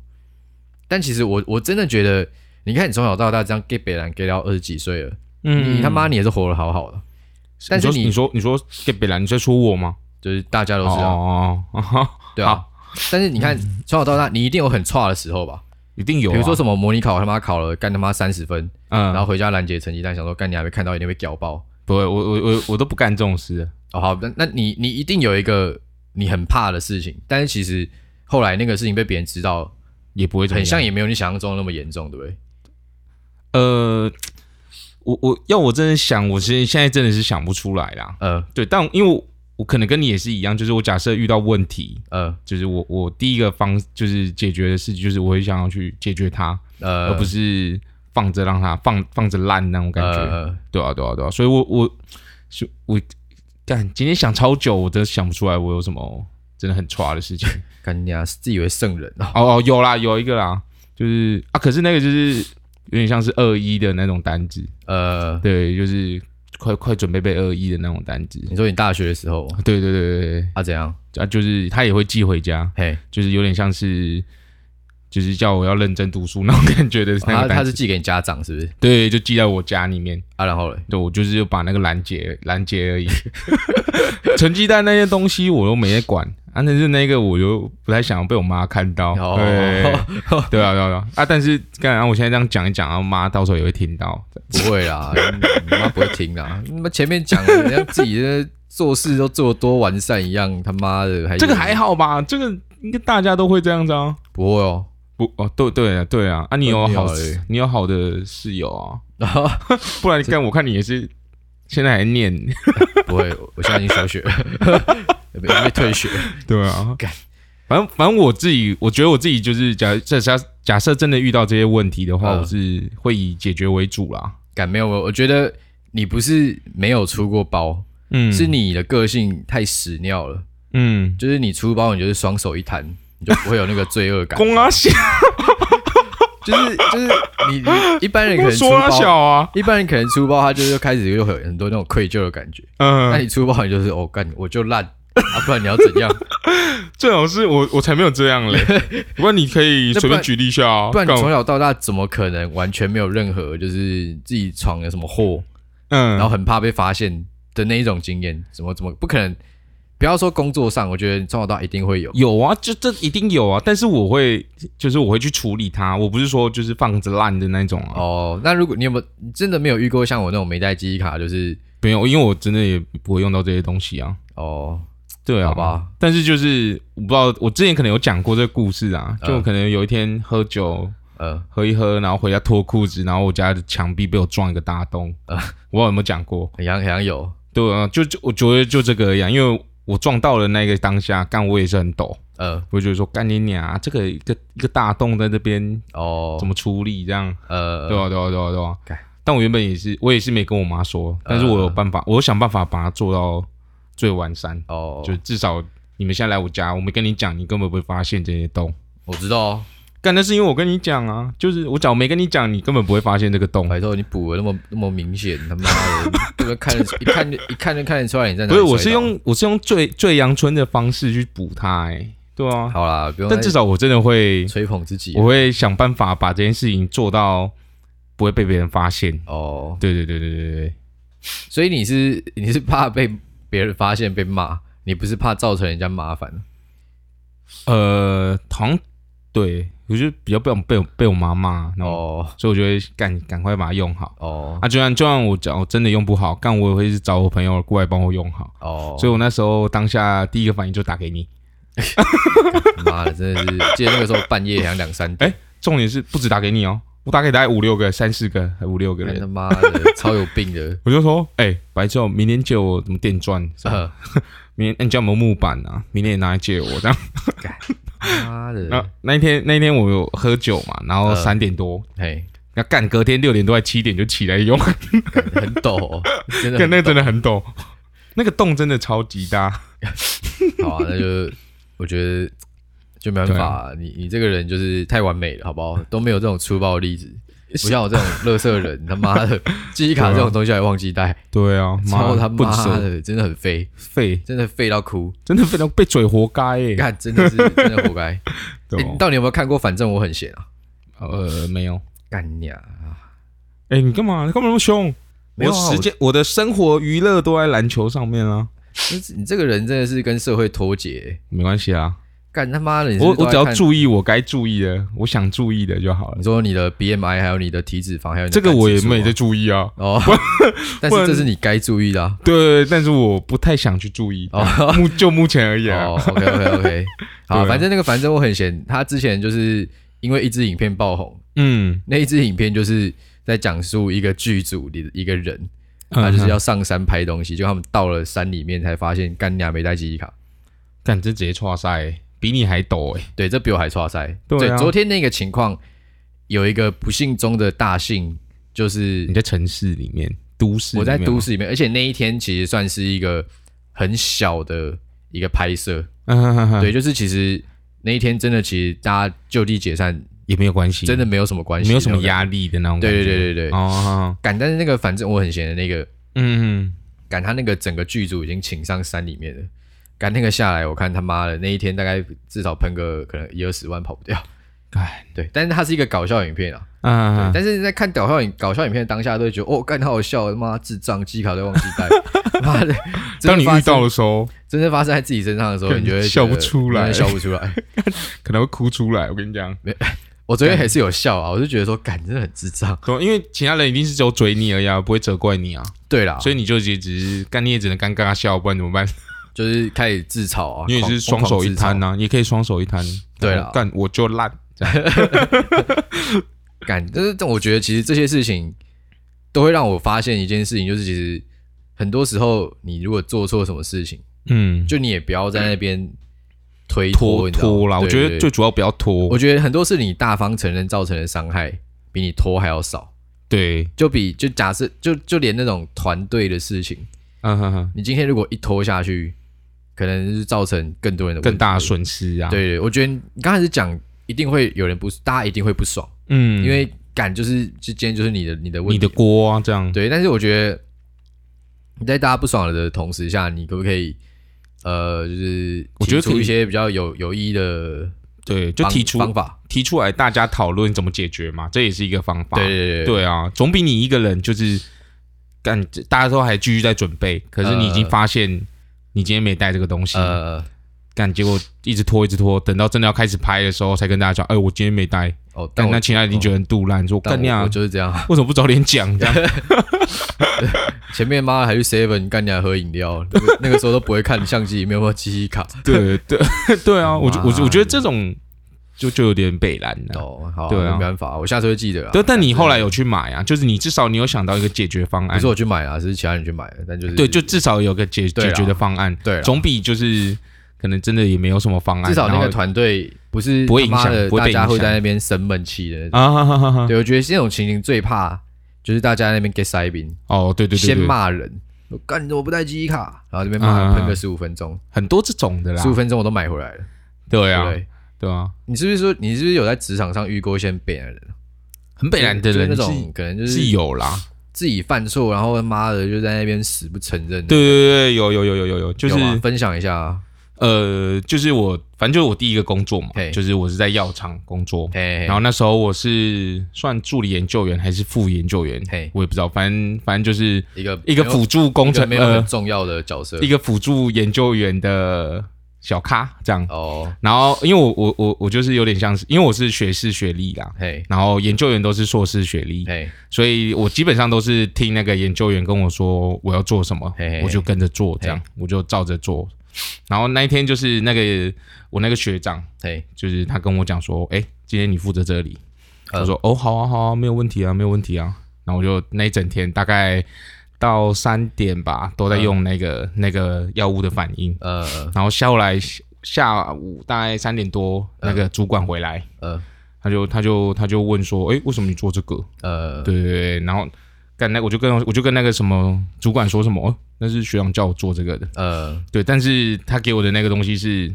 Speaker 1: 但其实我我真的觉得，你看你从小到大这样 get 北兰 get 到二十几岁了，
Speaker 2: 嗯，
Speaker 1: 你他妈你也是活得好好的，但是
Speaker 2: 你
Speaker 1: 你
Speaker 2: 说你说给北兰，你在说我吗？
Speaker 1: 就是大家都
Speaker 2: 哦
Speaker 1: 是啊，
Speaker 2: 哦哦哦，
Speaker 1: 对啊。但是你看从小到大，你一定有很差的时候吧？
Speaker 2: 一定有
Speaker 1: 比
Speaker 2: 啊，
Speaker 1: 如说什么模拟考他妈考了干他妈三十分，
Speaker 2: 嗯，
Speaker 1: 然后回家拦截成绩单，想说干你还没看到一定会屌爆。
Speaker 2: 不会，我我我我都不干这种事。
Speaker 1: 哦，好，那那你你一定有一个你很怕的事情，但是其实后来那个事情被别人知道，
Speaker 2: 也不会怎么
Speaker 1: 很
Speaker 2: 样
Speaker 1: 像也没有你想象中那么严重，对不对？
Speaker 2: 呃，我我要我真的想，我现现在真的是想不出来啦。
Speaker 1: 呃
Speaker 2: 对，但因为我我可能跟你也是一样，就是我假设遇到问题，
Speaker 1: 呃
Speaker 2: 就是我我第一个方就是解决的事，就是我会想要去解决它，
Speaker 1: 呃，
Speaker 2: 而不是放着让它放放着烂那种感觉。
Speaker 1: 呃
Speaker 2: 对啊，对啊，对啊，所以我我是我干今天想超久，我真的想不出来我有什么真的很差的事情。
Speaker 1: 干你啊，自以为圣人哦，
Speaker 2: 哦哦，有啦，有一个啦，就是啊，可是那个就是有点像是二一的那种单子，
Speaker 1: 呃，
Speaker 2: 对，就是快快准备被二一的那种单子。
Speaker 1: 你说你大学的时候
Speaker 2: 对对对对对
Speaker 1: 啊怎样？
Speaker 2: 对，啊，就是他也会寄回家，
Speaker 1: 嘿，
Speaker 2: 就是有点像是，就是叫我要认真读书那种感觉的那
Speaker 1: 啊他
Speaker 2: 个
Speaker 1: 他
Speaker 2: 单
Speaker 1: 是
Speaker 2: 子。
Speaker 1: 寄给你家长是不是？
Speaker 2: 对，就寄在我家里面。
Speaker 1: 啊，然后嘞，
Speaker 2: 对，我就是把那个拦截拦截而已， 成绩单那些东西我都没在管啊，但是那个我就不太想被我妈看到。
Speaker 1: 哦
Speaker 2: 对，对啊，对啊，对啊！啊但是干，然后我现在这样讲一讲，然后妈到时候也会听到。
Speaker 1: 不会啦，你妈不会听啦，你妈前面讲的人家自己的做事都做得多完善一样，他妈的还
Speaker 2: 这个还好吧？这个应该大家都会这样子啊。
Speaker 1: 不会哦。
Speaker 2: 不哦，对对啊，对啊，啊，你有
Speaker 1: 很好
Speaker 2: 好
Speaker 1: 欸，
Speaker 2: 你有好的室友啊，不然干，我看你也是现在还念，
Speaker 1: 不会，我我现在已经 休学了，被被退学。
Speaker 2: 对啊
Speaker 1: 干，
Speaker 2: 反正反正我自己，我觉得我自己就是假假假假设真的遇到这些问题的话，
Speaker 1: 嗯
Speaker 2: 我是会以解决为主啦。
Speaker 1: 敢没有？我我觉得你不是没有出过包，
Speaker 2: 嗯，
Speaker 1: 是你的个性太屎尿了。
Speaker 2: 嗯，
Speaker 1: 就是你出包，你就是双手一摊，你就不会有那个罪恶感。
Speaker 2: 公 啊小，
Speaker 1: 就是就是你你一般人可
Speaker 2: 公
Speaker 1: 能出
Speaker 2: 说啊小
Speaker 1: 包，
Speaker 2: 啊，
Speaker 1: 一般人可能出包，他就是开始就会有很多那种愧疚的感觉。那
Speaker 2: 嗯，
Speaker 1: 你出包，你就是哦干，我就烂，啊不然你要怎 样？
Speaker 2: 这种事我我才没有这样 嘞。不过你可以
Speaker 1: 那不然
Speaker 2: 随便举例一下啊，
Speaker 1: 不然你
Speaker 2: 干
Speaker 1: 从小到大怎么可能完全没有任何就是自己闯了什么祸，然
Speaker 2: 嗯
Speaker 1: 后很怕被发现的那一种经验？怎么怎么不可能？不要说工作上，我觉得你从小到大一定会有。
Speaker 2: 有啊，就这一定有啊，但是我会就是我会去处理它，我不是说就是放着烂的那种啊。
Speaker 1: 哦，那如果你有没有你真的没有遇过像我那种没带记忆卡，就是
Speaker 2: 没有，因为我真的也不会用到这些东西啊。
Speaker 1: 哦，
Speaker 2: 对啊，
Speaker 1: 好吧，
Speaker 2: 但是就是我不知道，我之前可能有讲过这个故事啊，就可能有一天喝酒
Speaker 1: 呃，
Speaker 2: 喝一喝，然后回家脱裤子，然后我家的墙壁被我撞一个大洞，
Speaker 1: 呃
Speaker 2: 我不知道有没有讲过？
Speaker 1: 很像很像有，
Speaker 2: 对啊，就就我觉得就这个一样，因为我撞到了那个当下，干我也是很抖，
Speaker 1: 呃，
Speaker 2: 我就觉得说干你娘，啊这个一个一个大洞在这边
Speaker 1: 哦，
Speaker 2: 怎么处理这样？
Speaker 1: 呃，
Speaker 2: 对啊，对啊，对啊，对啊
Speaker 1: 干。
Speaker 2: 但我原本也是，我也是没跟我妈说，但是我有办法，我想办法把它做到最完善，
Speaker 1: 哦，
Speaker 2: 就至少你们现在来我家，我没跟你讲，你根本不会发现这些洞。
Speaker 1: 我知道哦，
Speaker 2: 干，那是因为我跟你讲啊，就是我讲我没跟你讲，你根本不会发现这个洞。
Speaker 1: 白头你补的那么那么明显，他妈的，这个看得出一看就一看就看得出来你在哪里
Speaker 2: 不
Speaker 1: 摔
Speaker 2: 是，
Speaker 1: 倒。
Speaker 2: 我是用我是用最最阳春的方式去补它、欸，对啊。
Speaker 1: 好啦，不用
Speaker 2: 但
Speaker 1: 再
Speaker 2: 至少我真的会，
Speaker 1: 吹捧自己
Speaker 2: 我会想办法把这件事情做到不会被别人发现。
Speaker 1: 哦。
Speaker 2: 对对对对对对，
Speaker 1: 所以你是你是怕被别人发现被骂，你不是怕造成人家麻烦
Speaker 2: 呃，好像对我就比较被我被我被我妈骂，然后、
Speaker 1: 哦
Speaker 2: 所以我就会赶赶快把它用好。
Speaker 1: 哦
Speaker 2: 啊，就算就算我讲我真的用不好，干我也会去找我朋友过来帮我用好。
Speaker 1: 哦，
Speaker 2: 所以我那时候当下第一个反应就打给你，
Speaker 1: 妈的真的是，记得那个时候半夜好像两三点，
Speaker 2: 重点是不止打给你哦，我打给大概五六个、三四个、还五六个
Speaker 1: 干他
Speaker 2: 人，
Speaker 1: 妈的超有病 的。
Speaker 2: 我就说，哎、白昼，明天借我什么电钻，什么
Speaker 1: 呃
Speaker 2: 明天、哎你家有没有木板啊？明天也拿来借我这样。
Speaker 1: 妈的
Speaker 2: 那，那一天那一天我有喝酒嘛，然后
Speaker 1: 嗯
Speaker 2: 三点多，
Speaker 1: 嘿，
Speaker 2: 那干隔天六点多还七点就起来用，
Speaker 1: 干很抖哦，真的
Speaker 2: 干
Speaker 1: 很
Speaker 2: 那个
Speaker 1: 抖
Speaker 2: 真的很陡，那个洞真的超级大。
Speaker 1: 好啊，那就我觉得就没办法、啊你你这个人就是太完美了，好不好？都没有这种粗暴的例子，不像我这种乐色人，他妈 的记忆卡这种东西还忘记带，
Speaker 2: 对啊，妈
Speaker 1: 操他
Speaker 2: 笨
Speaker 1: 妈
Speaker 2: 蛇
Speaker 1: 的，真的很废，
Speaker 2: 废，
Speaker 1: 真的废到哭，
Speaker 2: 真的非常被嘴活该耶、
Speaker 1: 看真 的是真的活该、欸
Speaker 2: 对
Speaker 1: 你
Speaker 2: 哦
Speaker 1: 到底有没有看过？反正我很闲啊，
Speaker 2: 呃，没有。
Speaker 1: 干你啊！
Speaker 2: 哎、你干嘛？你干嘛那么凶？
Speaker 1: 没有
Speaker 2: 我
Speaker 1: 啊
Speaker 2: 时间、我的生活娱乐都在篮球上面啊，
Speaker 1: 你你这个人真的是跟社会脱节、欸
Speaker 2: 没关系啊。
Speaker 1: 干他妈的！你是不
Speaker 2: 我
Speaker 1: 是都
Speaker 2: 我
Speaker 1: 在
Speaker 2: 只要
Speaker 1: 看，
Speaker 2: 注意我该注意的，我想注意的就好了
Speaker 1: 你。说你的 BMI 还有你的体脂肪，还有你的
Speaker 2: 这个
Speaker 1: 肝
Speaker 2: 我
Speaker 1: 指
Speaker 2: 也
Speaker 1: 数
Speaker 2: 没
Speaker 1: 吗
Speaker 2: 在注意啊。
Speaker 1: 哦，但
Speaker 2: 不
Speaker 1: 是
Speaker 2: 然
Speaker 1: 这是你该注意的 啊。
Speaker 2: 对，但是我不太想去注意。
Speaker 1: 哦
Speaker 2: 目就目前而言啊，
Speaker 1: 哦，OK OK OK，好，
Speaker 2: 啊对啊
Speaker 1: 反正那个反正我很闲，他之前就是因为一支影片爆红，
Speaker 2: 嗯，
Speaker 1: 那一支影片就是在讲述一个剧组里的一个人，
Speaker 2: 嗯
Speaker 1: 他啊就是要上山拍东西，就他们到了山里面才发现干娘没带记忆卡，
Speaker 2: 干这直接错赛，比你还陡哎、
Speaker 1: 对，这比我还抓塞。
Speaker 2: 对啊
Speaker 1: 昨天那个情况有一个不幸中的大幸，就是
Speaker 2: 你在城市里面，都市里
Speaker 1: 我
Speaker 2: 面吗，
Speaker 1: 在都市里面，而且那一天其实算是一个很小的一个拍摄，
Speaker 2: 嗯，嗯嗯嗯
Speaker 1: 对，就是其实那一天真的其实大家就地解散。
Speaker 2: 也没有关系，
Speaker 1: 真的没有什么关系，
Speaker 2: 没有什么压力的那种
Speaker 1: 对
Speaker 2: 感觉。
Speaker 1: 对对对对，
Speaker 2: 哦，
Speaker 1: 赶、但是那个反正我很闲的那个
Speaker 2: 嗯，
Speaker 1: 赶他那个整个剧组已经请上山里面了，赶那个下来，我看他妈的那一天大概至少喷个可能一二十万跑不掉。
Speaker 2: 哎，
Speaker 1: 对，但是它是一个搞笑影片啊，
Speaker 2: 啊，
Speaker 1: 但是在看搞笑影搞笑影片的当下，都会觉得哦，干好好笑，他妈智障，机卡都忘记 带，妈的！真
Speaker 2: 当
Speaker 1: 的
Speaker 2: 你
Speaker 1: 发
Speaker 2: 遇到
Speaker 1: 生
Speaker 2: 的时候，
Speaker 1: 真正发生在自己身上的时候，
Speaker 2: 干
Speaker 1: 你就会觉
Speaker 2: 笑不
Speaker 1: 得
Speaker 2: 出
Speaker 1: 真
Speaker 2: 来
Speaker 1: 的笑不出 来。
Speaker 2: 可能会哭出来。我跟你讲，
Speaker 1: 我昨天还是有笑啊，我就觉得说，干真的很智障。
Speaker 2: 对因为其他人一定是只有嘴你而已啊，不会责怪你啊，
Speaker 1: 对啦，
Speaker 2: 所以你就只只是干，你也只能尴尬笑，不然怎么办？
Speaker 1: 啊就是开始自嘲啊，
Speaker 2: 你也是双手一摊啊
Speaker 1: 呐、
Speaker 2: 呐，也可以双手一摊。
Speaker 1: 对啦
Speaker 2: 干我就烂。
Speaker 1: 感，但是但我觉得其实这些事情都会让我发现一件事情，就是其实很多时候你如果做错什么事情，
Speaker 2: 嗯，
Speaker 1: 就你也不要在那边推
Speaker 2: 拖
Speaker 1: 你知道吗
Speaker 2: 拖啦，我
Speaker 1: 对
Speaker 2: 觉
Speaker 1: 对
Speaker 2: 得最主要不要拖
Speaker 1: 我，觉得很多是你大方承认造成的伤害，比你拖还要少。
Speaker 2: 对，
Speaker 1: 就比就假设就就连那种团队的事情，
Speaker 2: 嗯哼哼，
Speaker 1: 你今天如果一拖下去，可能是造成更多人的
Speaker 2: 更大的
Speaker 1: 的。
Speaker 2: 损失啊，，
Speaker 1: 对，我觉得你刚开始讲一定会有人不，大家一定会不爽，
Speaker 2: 嗯，
Speaker 1: 因为感就是之间就是你的你的问题，
Speaker 2: 你的锅啊，这样，
Speaker 1: 对，但是我觉得你在大家不爽的同时下，你可不可以呃，就是
Speaker 2: 我觉得
Speaker 1: 提出
Speaker 2: 可以
Speaker 1: 一些比较有有意义的
Speaker 2: 对，就
Speaker 1: 方
Speaker 2: 提出
Speaker 1: 方法，
Speaker 2: 提出来，大家讨论怎么解决嘛，这也是一个方法，
Speaker 1: 对对对，
Speaker 2: 对啊，总比你一个人就是干，大家都还继续在准备，可是你已经
Speaker 1: 呃
Speaker 2: 发现你今天没带这个东西，
Speaker 1: 呃，
Speaker 2: 干，结果一直拖一直拖，等到真的要开始拍的时候才跟大家讲，哎，我今天没带，
Speaker 1: 哦，但
Speaker 2: 但
Speaker 1: 我
Speaker 2: 那其他人已经觉得很肚烂，说干
Speaker 1: 但
Speaker 2: 你
Speaker 1: 我
Speaker 2: 啊
Speaker 1: 我，就是这样，
Speaker 2: 为什么不早点讲？这样
Speaker 1: 前面妈还去 seven 干娘喝饮料，那个那个时候都不会看相机里面有没有记忆卡。
Speaker 2: 对对对 啊，我就我就
Speaker 1: 妈
Speaker 2: 我觉得这种就就有点北蓝了。
Speaker 1: 哦，好，
Speaker 2: 对啊
Speaker 1: 没办法，我下次会记得啊。
Speaker 2: 对，但你后来有去买啊，就是你至少你有想到一个解决方
Speaker 1: 不
Speaker 2: 案
Speaker 1: 是，我去买啊，是其他人去买的，但就是
Speaker 2: 对，就至少有个解
Speaker 1: 对啊
Speaker 2: 解决的方案，
Speaker 1: 对啦
Speaker 2: 总比就是可能真的也没有什么方案，
Speaker 1: 至少那
Speaker 2: 啊然
Speaker 1: 个
Speaker 2: 后
Speaker 1: 团队不是
Speaker 2: 不会影
Speaker 1: 他妈的
Speaker 2: 响不会
Speaker 1: 大
Speaker 2: 被
Speaker 1: 家
Speaker 2: 影
Speaker 1: 会在
Speaker 2: 响
Speaker 1: 那边生闷气的那种。
Speaker 2: 啊哈哈哈哈，
Speaker 1: 对，我觉得这种情形最怕就是大家在那边 get 塞宾，
Speaker 2: 哦，对对对，
Speaker 1: 先
Speaker 2: 对，
Speaker 1: 骂人，我干你怎么不带记忆卡？然后这边骂
Speaker 2: 嗯
Speaker 1: 喷个十五分钟，
Speaker 2: 很多这种的啦
Speaker 1: 十，五分钟我都买回来了。
Speaker 2: 对
Speaker 1: 对
Speaker 2: 啊
Speaker 1: 不，对，
Speaker 2: 对啊，
Speaker 1: 你是不是说你是不是有在职场上遇过一些北南人？
Speaker 2: 很北蓝的
Speaker 1: 就是
Speaker 2: 人
Speaker 1: 那
Speaker 2: 是
Speaker 1: 种可能就是嗯
Speaker 2: 有啦，
Speaker 1: 自己犯错，然后妈的就在那边死不承认的。
Speaker 2: 对对对，有有有有有有，就
Speaker 1: 有
Speaker 2: 是
Speaker 1: 吗分享一下啊，
Speaker 2: 呃，就是我反正就是我第一个工作嘛
Speaker 1: 嘿，
Speaker 2: 就是我是在药厂工作，
Speaker 1: 嘿
Speaker 2: 然后那时候我是算助理研究员还是副研究员
Speaker 1: 嘿，
Speaker 2: 我也不知道，反正反正就是
Speaker 1: 一个
Speaker 2: 一个
Speaker 1: 没有
Speaker 2: 辅助工
Speaker 1: 一个
Speaker 2: 程
Speaker 1: 没有很
Speaker 2: 呃，
Speaker 1: 重要的角色
Speaker 2: 一个辅助研究员的小咖这样。
Speaker 1: 哦，
Speaker 2: 然后因为我我我我就是有点像是，因为我是学士学历啦，
Speaker 1: 嘿
Speaker 2: 然后研究员都是硕士学历，
Speaker 1: 嘿
Speaker 2: 所以我基本上都是听那个研究员跟我说我要做什么
Speaker 1: 嘿嘿嘿，
Speaker 2: 我就跟着做，这样我就照着做。然后那一天就是那个我那个学长，
Speaker 1: 嘿，
Speaker 2: 就是他跟我讲说，哎、今天你负责这里，
Speaker 1: 呃
Speaker 2: 我说哦，好啊，好啊，没有问题啊，没有问题啊。然后我就那一整天大概到三点吧，都在用那
Speaker 1: 嗯
Speaker 2: 个、那个药物的反应。
Speaker 1: 呃
Speaker 2: 然后下午来下午大概三点多，那
Speaker 1: 嗯
Speaker 2: 个主管回来，
Speaker 1: 呃
Speaker 2: 他就他就他就问说，哎、为什么你做这个？
Speaker 1: 呃，
Speaker 2: 对对对，然后干那我就跟我就跟那个什么主管说什么，哦，那是学长叫我做这个的，
Speaker 1: 呃，
Speaker 2: 对，但是他给我的那个东西是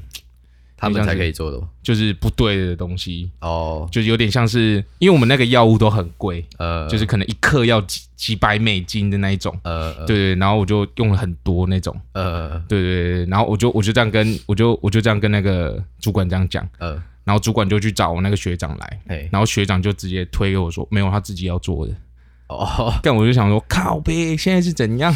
Speaker 1: 他们
Speaker 2: 像
Speaker 1: 才
Speaker 2: 是
Speaker 1: 可以做的吗
Speaker 2: 就是不对的东西，
Speaker 1: 哦，
Speaker 2: 就有点像是因为我们那个药物都很贵，
Speaker 1: 呃，
Speaker 2: 就是可能一克要几几百美金的那一种，
Speaker 1: 呃呃
Speaker 2: 对对，然后我就用了很多那种，
Speaker 1: 呃
Speaker 2: 对对对，然后我就我就这样跟我就我就这样跟那个主管这样讲，
Speaker 1: 呃，
Speaker 2: 然后主管就去找我那个学长来。
Speaker 1: 嘿
Speaker 2: 然后学长就直接推给我说：“没有，他自己要做的。”
Speaker 1: 哦，
Speaker 2: 但我就想说，靠呗，现在是怎样？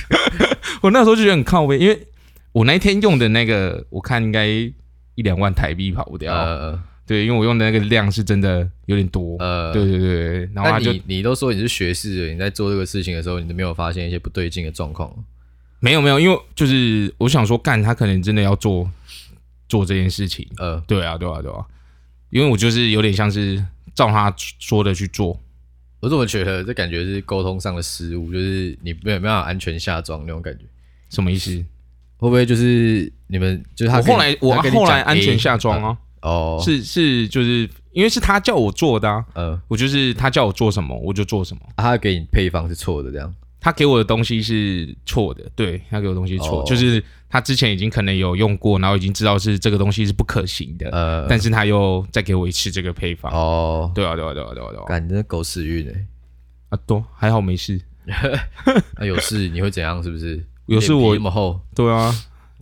Speaker 2: 我那时候就觉得很靠呗，因为我那一天用的那个，我看应该一两万台币跑不掉。
Speaker 1: 呃
Speaker 2: 对，因为我用的那个量是真的有点多。
Speaker 1: 呃，
Speaker 2: 对对对，然后
Speaker 1: 那
Speaker 2: 他就
Speaker 1: 你你都说你是学士了，你在做这个事情的时候，你都没有发现一些不对劲的状况吗？
Speaker 2: 没有没有，因为就是我想说，干他可能真的要做做这件事情。
Speaker 1: 呃，
Speaker 2: 对啊，对啊，对啊，因为我就是有点像是照他说的去做。
Speaker 1: 我怎么觉得这感觉是沟通上的失误，就是你没有没有办法安全下装那种感觉，
Speaker 2: 什么意思？
Speaker 1: 会不会就是你们就是他
Speaker 2: 我
Speaker 1: 跟
Speaker 2: 后
Speaker 1: 你
Speaker 2: 来我
Speaker 1: 他跟你
Speaker 2: 后来
Speaker 1: 讲
Speaker 2: 安
Speaker 1: A，
Speaker 2: 全下装啊，
Speaker 1: 呃哦，
Speaker 2: 是是就是因为是他叫我做的啊，
Speaker 1: 呃，啊
Speaker 2: 我就是他叫我做什么我就做什么，
Speaker 1: 他给你配方是错的这样，
Speaker 2: 他给我的东西是错的，对他给我的东西是错，
Speaker 1: 哦
Speaker 2: 就是他之前已经可能有用过，然后已经知道是这个东西是不可行的，
Speaker 1: 呃，
Speaker 2: 但是他又再给我一次这个配方，
Speaker 1: 哦，
Speaker 2: 对啊对啊对啊对啊对啊，
Speaker 1: 感真的狗屎运哎，
Speaker 2: 啊多还好没事，
Speaker 1: 那有事你会怎样？是不是？
Speaker 2: 有事
Speaker 1: 脸皮
Speaker 2: 我
Speaker 1: 那么厚，
Speaker 2: 对啊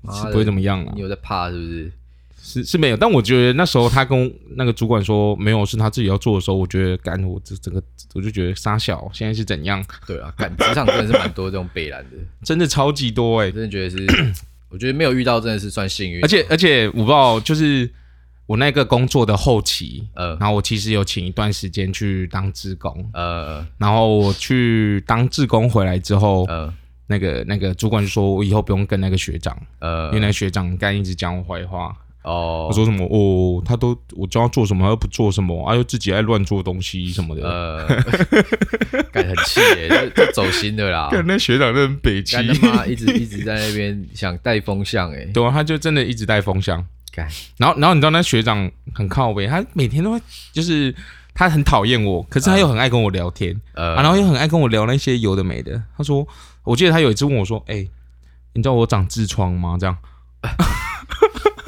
Speaker 1: 妈
Speaker 2: 是
Speaker 1: 的
Speaker 2: 不会怎么样啊
Speaker 1: 你，有在怕是不是？
Speaker 2: 是是没有，但我觉得那时候他跟那个主管说没有是他自己要做的时候，我觉得干我这整个我就觉得傻小现在是怎样，
Speaker 1: 对啊，感职场真的是蛮多这种北蓝的，
Speaker 2: 真的超级多哎、
Speaker 1: 我真的觉得是， 我觉得没有遇到真的是算幸运，
Speaker 2: 而且而且我不知道就是我那个工作的后期。
Speaker 1: 呃
Speaker 2: 然后我其实有请一段时间去当志工，
Speaker 1: 呃
Speaker 2: 然后我去当志工回来之后，
Speaker 1: 呃
Speaker 2: 那个那个主管就说我以后不用跟那个学长，因为
Speaker 1: 呃
Speaker 2: 那个学长刚一直讲我坏话，
Speaker 1: 哦
Speaker 2: 他，说什么哦，他都我教他做什么，他又不做什么，啊又自己爱乱做东西什么的。
Speaker 1: 呃，感很气耶，这这走心的 啦，
Speaker 2: 看、那学长真的很北齐
Speaker 1: 干，他妈一直一直在那边想带风向哎，
Speaker 2: 对啊，他就真的一直带风向。
Speaker 1: 干
Speaker 2: 然后，然后你知道那学长很靠北，他每天都会就是他很讨厌我，可
Speaker 1: 嗯
Speaker 2: 是他又很爱跟我聊天、
Speaker 1: 呃
Speaker 2: 啊，然后又很爱跟我聊那些有的没的。他说，我记得他有一次问我说：“哎、你知道我长痔疮吗？”这样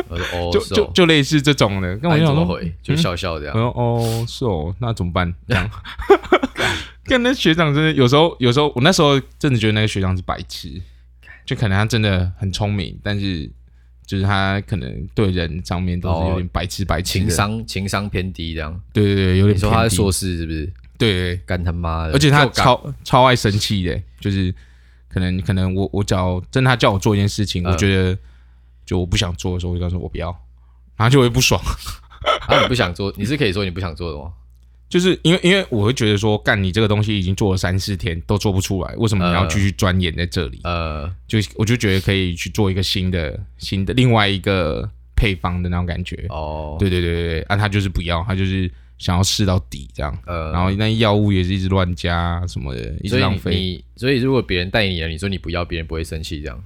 Speaker 1: 我说哦，
Speaker 2: 就是
Speaker 1: 哦
Speaker 2: 就嗯就类似这种的。跟
Speaker 1: 那
Speaker 2: 我
Speaker 1: 你
Speaker 2: 讲
Speaker 1: 怎么
Speaker 2: 说，
Speaker 1: 回？就笑笑这样，
Speaker 2: 我说哦，是哦，那怎么办？这样， 跟那学长真的有时候，有时候我那时候真的觉得那个学长是白痴，就可能他真的很聪明，但是就是他可能对人上面都是有点白痴白痴
Speaker 1: 哦情
Speaker 2: 的，
Speaker 1: 商情商偏低这样。
Speaker 2: 对对对，有点
Speaker 1: 你说他呃
Speaker 2: 偏
Speaker 1: 是
Speaker 2: 低
Speaker 1: 硕士是不是？
Speaker 2: 对对，对
Speaker 1: 干他妈的！
Speaker 2: 而且他
Speaker 1: 就干
Speaker 2: 超超爱生气的，就是可能可能我我叫真的他叫我做一件事情，我
Speaker 1: 嗯
Speaker 2: 觉得就我不想做的时候，我就跟他说我不要，然后就会不爽。
Speaker 1: 啊，你不想做，你是可以说你不想做的吗？
Speaker 2: 就是因为因为我会觉得说，干你这个东西已经做了三四天都做不出来，为什么你要继续钻研在这里？
Speaker 1: 呃，
Speaker 2: 就我就觉得可以去做一个新的新的另外一个配方的那种感觉。
Speaker 1: 哦，
Speaker 2: 对对对对对，啊，他就是不要，他就是想要试到底这样。
Speaker 1: 呃，
Speaker 2: 然后那药物也是一直乱加什么的，一
Speaker 1: 所
Speaker 2: 直
Speaker 1: 以
Speaker 2: 浪
Speaker 1: 你
Speaker 2: 费。
Speaker 1: 你所以如果别人带你了，你说你不要，别人不会生气这样。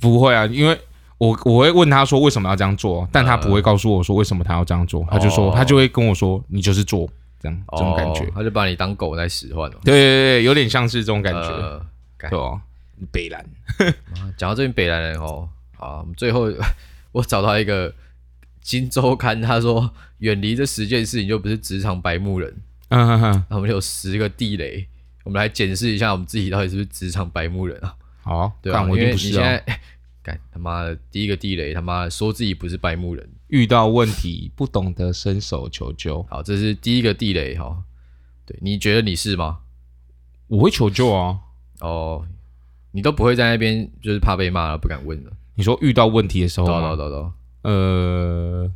Speaker 2: 不会啊，因为我我会问他说为什么要这样做，但他
Speaker 1: 呃
Speaker 2: 不会告诉我说为什么他要这样做，他就说
Speaker 1: 哦
Speaker 2: 他就会跟我说你就是做这样这种感觉
Speaker 1: 哦。他就把你当狗在使唤哦，
Speaker 2: 对对对对，有点像是这种感觉。
Speaker 1: 呃
Speaker 2: 对哦，北兰
Speaker 1: 啊讲到这边北兰人哦，好，我们最后 我找到一个《金周刊》，他说远离这十件事，你就不是职场白目人。
Speaker 2: 嗯哼哼，
Speaker 1: 那我们有十个地雷，我们来检视一下我们自己到底是不是职场白目人啊？
Speaker 2: 好啊，
Speaker 1: 对啊，
Speaker 2: 干我一
Speaker 1: 因
Speaker 2: 定
Speaker 1: 为
Speaker 2: 不
Speaker 1: 你
Speaker 2: 是
Speaker 1: 现
Speaker 2: 哦。
Speaker 1: 在 干他妈的第一个地雷，他妈的说自己不是白目人，
Speaker 2: 遇到问题不懂得伸手求救，
Speaker 1: 好，这是第一个地雷哈、对，你觉得你是吗？
Speaker 2: 我会求救啊。
Speaker 1: 哦，你都不会在那边就是怕被骂了，不敢问了。啊
Speaker 2: 你说遇到问题的时候
Speaker 1: 懂
Speaker 2: 吗，
Speaker 1: 懂懂懂，
Speaker 2: 呃，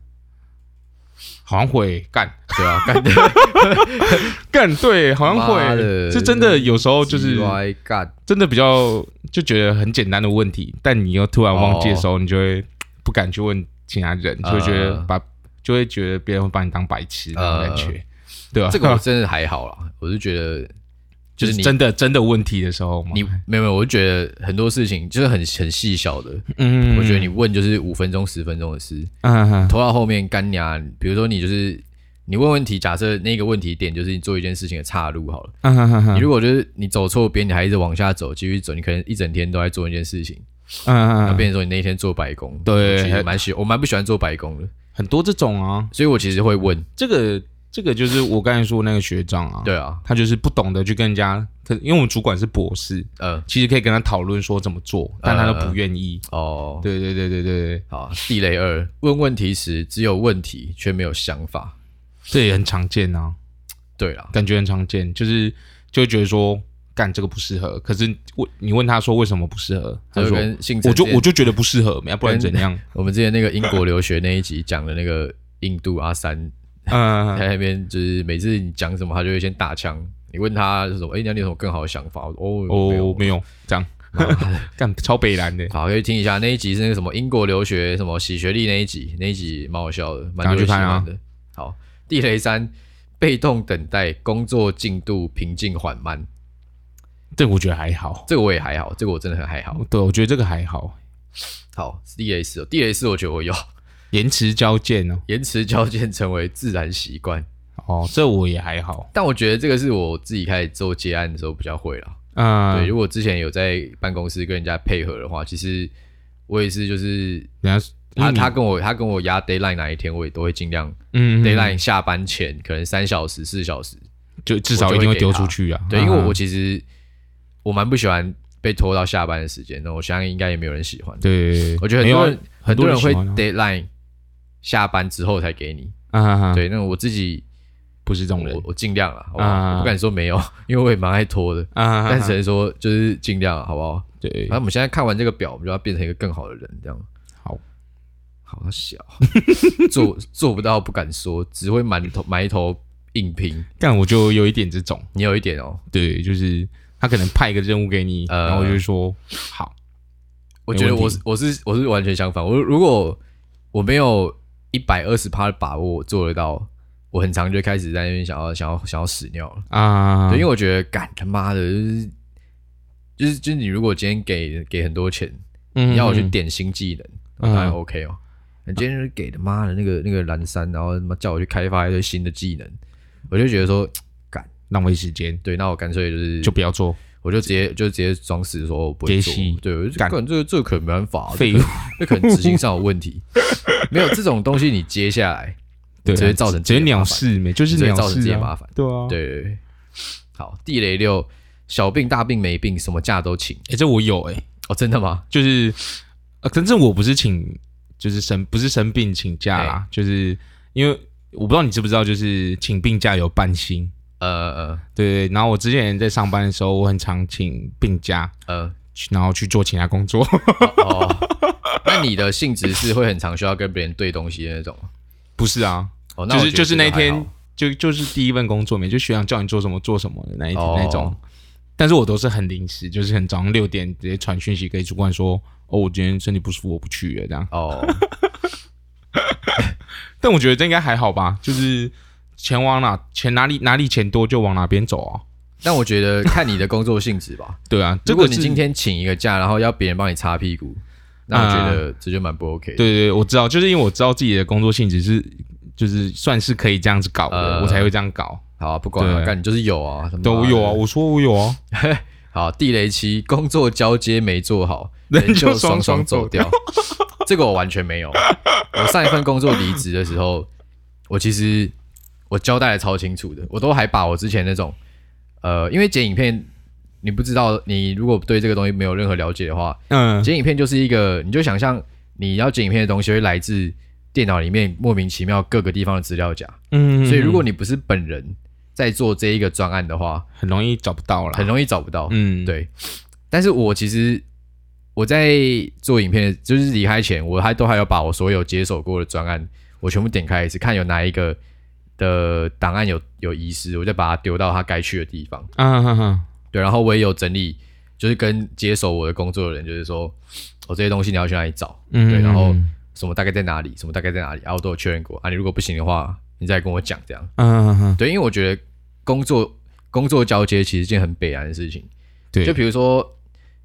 Speaker 2: 好像会干
Speaker 1: 对 啊，干的
Speaker 2: 干，对，好像
Speaker 1: 妈
Speaker 2: 会
Speaker 1: 的，
Speaker 2: 是真的。有时候哦就
Speaker 1: 鸡
Speaker 2: 是
Speaker 1: 歪干，
Speaker 2: 真的比较就觉得很简单的问题，但你又突然忘记的时候，你就会不敢去问其他人，就会觉得
Speaker 1: 呃
Speaker 2: 把就会觉得别人会把你当白痴那种感觉，对啊吧？
Speaker 1: 这个我真的还好啦，我是觉得
Speaker 2: 就
Speaker 1: 就是
Speaker 2: 是
Speaker 1: 你
Speaker 2: 真的真的问题的时候嘛，
Speaker 1: 你没有没有，我就觉得很多事情就是很很细小的，
Speaker 2: 嗯
Speaker 1: 我觉得你问就是五分钟十分钟的事，
Speaker 2: 嗯哼
Speaker 1: 拖到后面干娘，比如说你就是你问问题，假设那个问题点就是你做一件事情的岔路好了。
Speaker 2: 嗯哼哼
Speaker 1: 你
Speaker 2: 哼
Speaker 1: 如果就是你走错边，你还一直往下走，继续走，你可能一整天都在做一件事情，
Speaker 2: 嗯
Speaker 1: 那
Speaker 2: 哼，
Speaker 1: 变成说你那一天做白工。
Speaker 2: 对
Speaker 1: 我其实蛮喜，我蛮不喜欢做白工的，
Speaker 2: 很多这种啊，
Speaker 1: 所以我其实会问，
Speaker 2: 这个这个就是我刚才说那个学长啊，，
Speaker 1: 对啊，
Speaker 2: 他就是不懂得去跟人家，可因为我们主管是博士，
Speaker 1: 呃，
Speaker 2: 其实可以跟他讨论说怎么做，但他都不愿意。
Speaker 1: 哦，
Speaker 2: 对对对对对对，
Speaker 1: 好，地雷二，问问题时只有问题却没有想法。
Speaker 2: 这也很常见啊，
Speaker 1: 对啦，
Speaker 2: 感觉很常见，就是就会觉得说干这个不适合，可是我你问他说为什么不适合，他
Speaker 1: 这
Speaker 2: 就
Speaker 1: 就
Speaker 2: 说
Speaker 1: 跟性
Speaker 2: 我就我
Speaker 1: 就
Speaker 2: 就觉得不适合，要不然怎样？
Speaker 1: 我们之前那个英国留学那一集讲的那个印度阿三，
Speaker 2: 嗯，
Speaker 1: 在那边就是每次你讲什么，他就会先打枪。你问他是什么？哎、那你有什么更好的想法？我说哦，没有
Speaker 2: 哦，没有 这样，干超北蓝的，
Speaker 1: 好，可以听一下那一集是那个什么英国留学什么洗学历那一集，那一集蛮好笑的，蛮多人喜
Speaker 2: 赶
Speaker 1: 欢
Speaker 2: 快啊
Speaker 1: 的。好，地雷三，被动等待，工作进度平静缓慢，
Speaker 2: 这我觉得还好。
Speaker 1: 这个我也还好，这个我真的很还好。
Speaker 2: 对，我觉得这个还好，
Speaker 1: 好，地雷四哦，地雷四我觉得我有
Speaker 2: 延迟交件哦。
Speaker 1: 延迟交件成为自然习惯，
Speaker 2: 哦，这我也还好。
Speaker 1: 但我觉得这个是我自己开始做接案的时候比较会啦。
Speaker 2: 嗯，
Speaker 1: 对，如果之前有在办公室跟人家配合的话，其实我也是就是。
Speaker 2: 人家
Speaker 1: 他
Speaker 2: 因为你
Speaker 1: 他跟我他跟我压 d a y l i n e 哪一天，我也都会尽量
Speaker 2: 嗯
Speaker 1: d a y l i
Speaker 2: ，deadline
Speaker 1: n e 下班前可能三小时、四小时。
Speaker 2: 就至少一定会丢出去啊。
Speaker 1: 对，因为我我
Speaker 2: 嗯
Speaker 1: 其实我蛮不喜欢被拖到下班的时间的，我相信应该也没有人喜欢。
Speaker 2: 对，
Speaker 1: 我觉得很
Speaker 2: 没有
Speaker 1: 多
Speaker 2: 啊
Speaker 1: 人很多人会
Speaker 2: 很多人
Speaker 1: deadline 下班之后才给你。
Speaker 2: 啊，
Speaker 1: 对，那我自己
Speaker 2: 不是这种人
Speaker 1: 我我尽量了，好不好？
Speaker 2: 啊
Speaker 1: 我不敢说没有，因为我也蛮爱拖的，
Speaker 2: 啊，
Speaker 1: 但只能说就是尽量啊，好不好？
Speaker 2: 对
Speaker 1: 然后我们现在看完这个表，我们就要变成一个更好的人，这样。
Speaker 2: 好，
Speaker 1: 好小， 做做不到不敢说，只会埋头埋头硬拼。
Speaker 2: 但我就有一点这种，
Speaker 1: 你有一点哦，
Speaker 2: 对，就是他可能派一个任务给你，
Speaker 1: 呃
Speaker 2: 然后我就说好，
Speaker 1: 我觉得
Speaker 2: 没问
Speaker 1: 我
Speaker 2: 题
Speaker 1: 是我是我是完全相反。我如果我没有一百二十趴的把握做得到，我很常就开始在那边想要想要想要屎尿了。
Speaker 2: 啊，
Speaker 1: 对，因为我觉得干他妈的，就是就是就是你如果今天给给很多钱，你
Speaker 2: 你
Speaker 1: 要我去点新技能，我当然
Speaker 2: 嗯
Speaker 1: OK 哦。你今天就是给他妈的那个那个蓝山，然后他妈叫我去开发一堆新的技能，我就觉得说，
Speaker 2: 浪费时间，
Speaker 1: 对，那我干脆就是
Speaker 2: 就不要做
Speaker 1: 我就直接就直接装死说我不
Speaker 2: 接
Speaker 1: 会做
Speaker 2: 戏，
Speaker 1: 对，我就
Speaker 2: 干
Speaker 1: 干这个这个可没办法、啊，
Speaker 2: 废
Speaker 1: 这
Speaker 2: 物
Speaker 1: 可，这可能执行上有问题。 没有这种东西，你接下来
Speaker 2: 对啊，
Speaker 1: 只会造成
Speaker 2: 只
Speaker 1: 自己
Speaker 2: 会
Speaker 1: 的麻
Speaker 2: 鸟
Speaker 1: 烦
Speaker 2: 事没，就是
Speaker 1: 只会
Speaker 2: 鸟
Speaker 1: 造成自
Speaker 2: 事
Speaker 1: 己的
Speaker 2: 啊
Speaker 1: 麻烦。
Speaker 2: 对啊，，
Speaker 1: 对对对，好，地雷六，小病大病没病，什么假都请。
Speaker 2: 哎，这我有哎，
Speaker 1: 哦，真的吗？
Speaker 2: 就是呃，可是我不是请，就是生不是生病请假啦，就是因为我不知道你知不知道，就是请病假有半薪。
Speaker 1: 呃呃
Speaker 2: 对，然后我之前在上班的时候，我很常请病假，
Speaker 1: 呃，
Speaker 2: 去然后去做其他工作。
Speaker 1: 哦， 那你的性质是会很常需要跟别人对东西的那种吗？
Speaker 2: 不是啊，
Speaker 1: 哦，那
Speaker 2: 就
Speaker 1: 我
Speaker 2: 是
Speaker 1: 觉得
Speaker 2: 就是
Speaker 1: 这
Speaker 2: 那一
Speaker 1: 还好
Speaker 2: 天就就是第一份工作没，就学长叫你做什么做什么的那一、
Speaker 1: 哦
Speaker 2: 那种。但是我都是很临时，就是很早上六点直接传讯息给主管说，哦，我今天身体不舒服，我不去了这样。
Speaker 1: 哦，
Speaker 2: 但我觉得这应该还好吧，就是钱往哪钱哪里哪里钱多就往哪边走啊。
Speaker 1: 但我觉得看你的工作性质吧。
Speaker 2: 对啊， 这
Speaker 1: 如果
Speaker 2: 个
Speaker 1: 你
Speaker 2: 是
Speaker 1: 今天请一个假，然后要别人帮你擦屁股，那我觉得这就蛮不 OK 的。
Speaker 2: 啊对对，对我知道，就是因为我知道自己的工作性质是就是算是可以这样子搞的，
Speaker 1: 呃
Speaker 2: 我才会这样搞。
Speaker 1: 好、啊，不管了、
Speaker 2: 对
Speaker 1: 干你就是有啊，什么
Speaker 2: 对，我有啊，。我说我有啊，
Speaker 1: 好，地雷期工作交接没做 好，
Speaker 2: 人
Speaker 1: 人
Speaker 2: 就
Speaker 1: 就双
Speaker 2: 双
Speaker 1: 双
Speaker 2: 双
Speaker 1: 走
Speaker 2: 走
Speaker 1: 掉。 这个我完全没有。我上一份工作离职的时候，我其实我交代的超清楚的，我都还把我之前那种，呃，因为剪影片，你不知道，你如果对这个东西没有任何了解的话，
Speaker 2: 嗯，
Speaker 1: 剪影片就是一个，你就想象你要剪影片的东西会来自电脑里面莫名其妙各个地方的资料夹，
Speaker 2: 嗯，
Speaker 1: 所以如果你不是本人在做这一个专案的话，
Speaker 2: 很容易找不到啦，
Speaker 1: 很容易找不到。
Speaker 2: 嗯，
Speaker 1: 对，但是我其实我在做影片，就是离开前，我还都还有把我所有接手过的专案，我全部点开一次，看有哪一个的档案有有遗失，我再把它丢到它该去的地方。
Speaker 2: 啊，哈哈，
Speaker 1: 对，然后我也有整理，就是跟接手我的工作的人，就是说哦我这些东西你要去哪里找，
Speaker 2: 嗯，
Speaker 1: 对，然后
Speaker 2: 嗯
Speaker 1: 什么大概在哪里，什么大概在哪里，啊，我都有确认过啊。你如果不行的话，你再跟我讲这样。
Speaker 2: 嗯嗯，
Speaker 1: 对，因为我觉得工作工作交接其实是件很北然的事情。
Speaker 2: 对，
Speaker 1: 就比如说，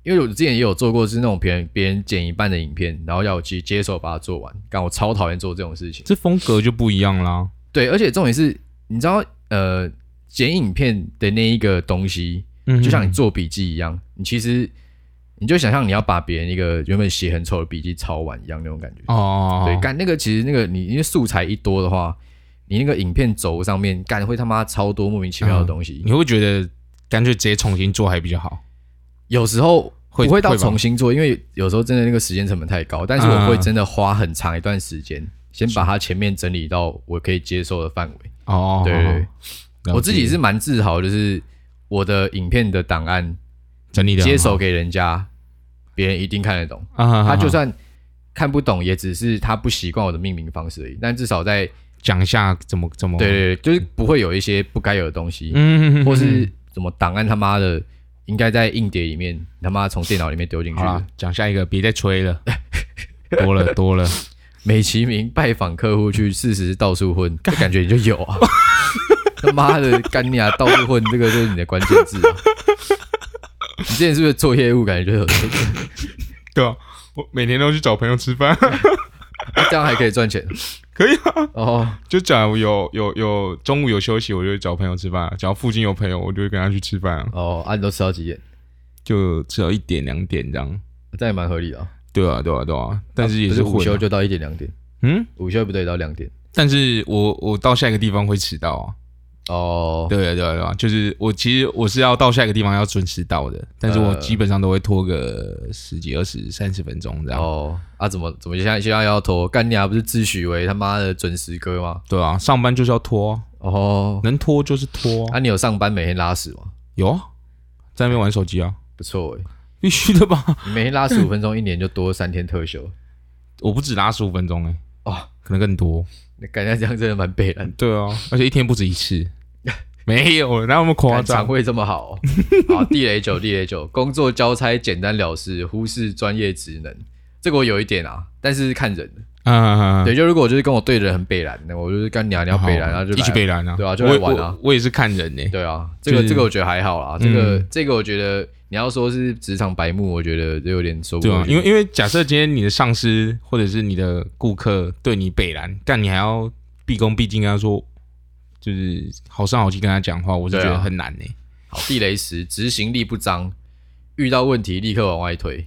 Speaker 1: 因为我之前也有做过，是那种别人别人剪一半的影片，然后要我去接手把它做完，但我超讨厌做这种事情。
Speaker 2: 这风格就不一样啦，
Speaker 1: 对，而且重点是，你知道，呃，剪影片的那一个东西，
Speaker 2: 嗯，
Speaker 1: 就像你做笔记一样，你其实你就想象你要把别人一个原本写很丑的笔记抄完一样那种感觉。
Speaker 2: 哦，
Speaker 1: 对，干那个其实那个你因为素材一多的话，你那个影片轴上面干会他妈超多莫名其妙的东西。
Speaker 2: 你会不会觉得干脆直接重新做还比较好？
Speaker 1: 有时候
Speaker 2: 会
Speaker 1: 不会到
Speaker 2: 会吧
Speaker 1: 重新做，因为有时候真的那个时间成本太高，但是我
Speaker 2: 嗯
Speaker 1: 会真的花很长一段时间。先把它前面整理到我可以接受的范围。
Speaker 2: 哦，
Speaker 1: 对对
Speaker 2: 了解
Speaker 1: 我自己是蛮自豪，就是我的影片的档案
Speaker 2: 整理的
Speaker 1: 接手给人家，别人一定看得懂。
Speaker 2: 啊，
Speaker 1: 他就
Speaker 2: 算
Speaker 1: 算看不懂，也只是他不习惯我的命名方式而已。但至少在
Speaker 2: 讲一下怎么怎么，
Speaker 1: 对对对，就是不会有一些不该有的东西，
Speaker 2: 嗯，嗯，嗯
Speaker 1: 或是什么档案他妈的应该在硬碟里面，他妈从电脑里面丢进去
Speaker 2: 好
Speaker 1: 的。
Speaker 2: 啦，讲下一个，别再吹 了，多了多了，
Speaker 1: 美其名拜访客户去事实到处 混，这感觉你就有啊！他妈的，干你啊！到处混，这个就是你的关键字、啊。你之前是不是做业务，感觉就有这个？
Speaker 2: 对啊，我每天都去找朋友吃饭，
Speaker 1: 啊这样还可以赚钱
Speaker 2: 可以啊，
Speaker 1: 哦？
Speaker 2: 就假如有有有中午有休息，我就会找朋友吃饭，只要附近有朋友，我就会跟他去吃饭啊，
Speaker 1: 哦，啊，你都吃到几点？
Speaker 2: 就只有一点两点这样，
Speaker 1: 这样也蛮合理的、啊。
Speaker 2: 对啊对啊对啊，但是也
Speaker 1: 不
Speaker 2: 是
Speaker 1: 午
Speaker 2: 混啊
Speaker 1: 休就到一点两点，
Speaker 2: 嗯，
Speaker 1: 午休不对到两点。
Speaker 2: 但是我我到下一个地方会迟到啊。
Speaker 1: 哦，
Speaker 2: 对啊，对啊，对啊，就是我其实我是要到下一个地方要准时到的，但是我
Speaker 1: 呃
Speaker 2: 基本上都会拖个十几、二十、三十分钟这样。
Speaker 1: 哦，啊，怎么怎么现在现在要拖？干你啊！不是自诩为他妈的准时哥吗？
Speaker 2: 对啊，上班就是要拖啊，
Speaker 1: 哦，
Speaker 2: 能拖就是拖啊。
Speaker 1: 啊，你有上班每天拉屎吗？
Speaker 2: 有啊，在那边玩手机啊，
Speaker 1: 不错诶、
Speaker 2: 必须的吧？
Speaker 1: 你每天拉十五分钟，一年就多三天特休。
Speaker 2: 我不止拉十五分钟哎、
Speaker 1: 哦，
Speaker 2: 可能更多。
Speaker 1: 那感觉这样真的蛮悲然，
Speaker 2: 对啊，而且一天不止 一次，没有哪有那么 夸
Speaker 1: 干肠
Speaker 2: 张？
Speaker 1: 胃这么好、 哦。好，地雷九，地雷九，工作交差简单了事，忽视专业职能，这个我有一点啊，但是看人的，
Speaker 2: 嗯，
Speaker 1: 对，就如果就是跟我对着人很北蓝的，我就是干你啊，你要北蓝，然后就
Speaker 2: 一起
Speaker 1: 来
Speaker 2: 北蓝啊，
Speaker 1: 对啊就
Speaker 2: 我
Speaker 1: 来
Speaker 2: 也
Speaker 1: 玩啊
Speaker 2: 我我也是看人呢，欸
Speaker 1: 对啊，这个
Speaker 2: 就是
Speaker 1: 这个我觉得还好啦，这个
Speaker 2: 嗯
Speaker 1: 这个我觉得你要说是职场白目，我觉得有点说不
Speaker 2: 对
Speaker 1: 过
Speaker 2: 啊，
Speaker 1: 去。
Speaker 2: 因为因为假设今天你的上司或者是你的顾客对你北蓝，但你还要毕恭毕敬跟他说，就是好声好气跟他讲话，我是觉
Speaker 1: 对
Speaker 2: 得
Speaker 1: 啊
Speaker 2: 很难呢。欸
Speaker 1: 好地雷时执行力不彰，遇到问题立刻往外推。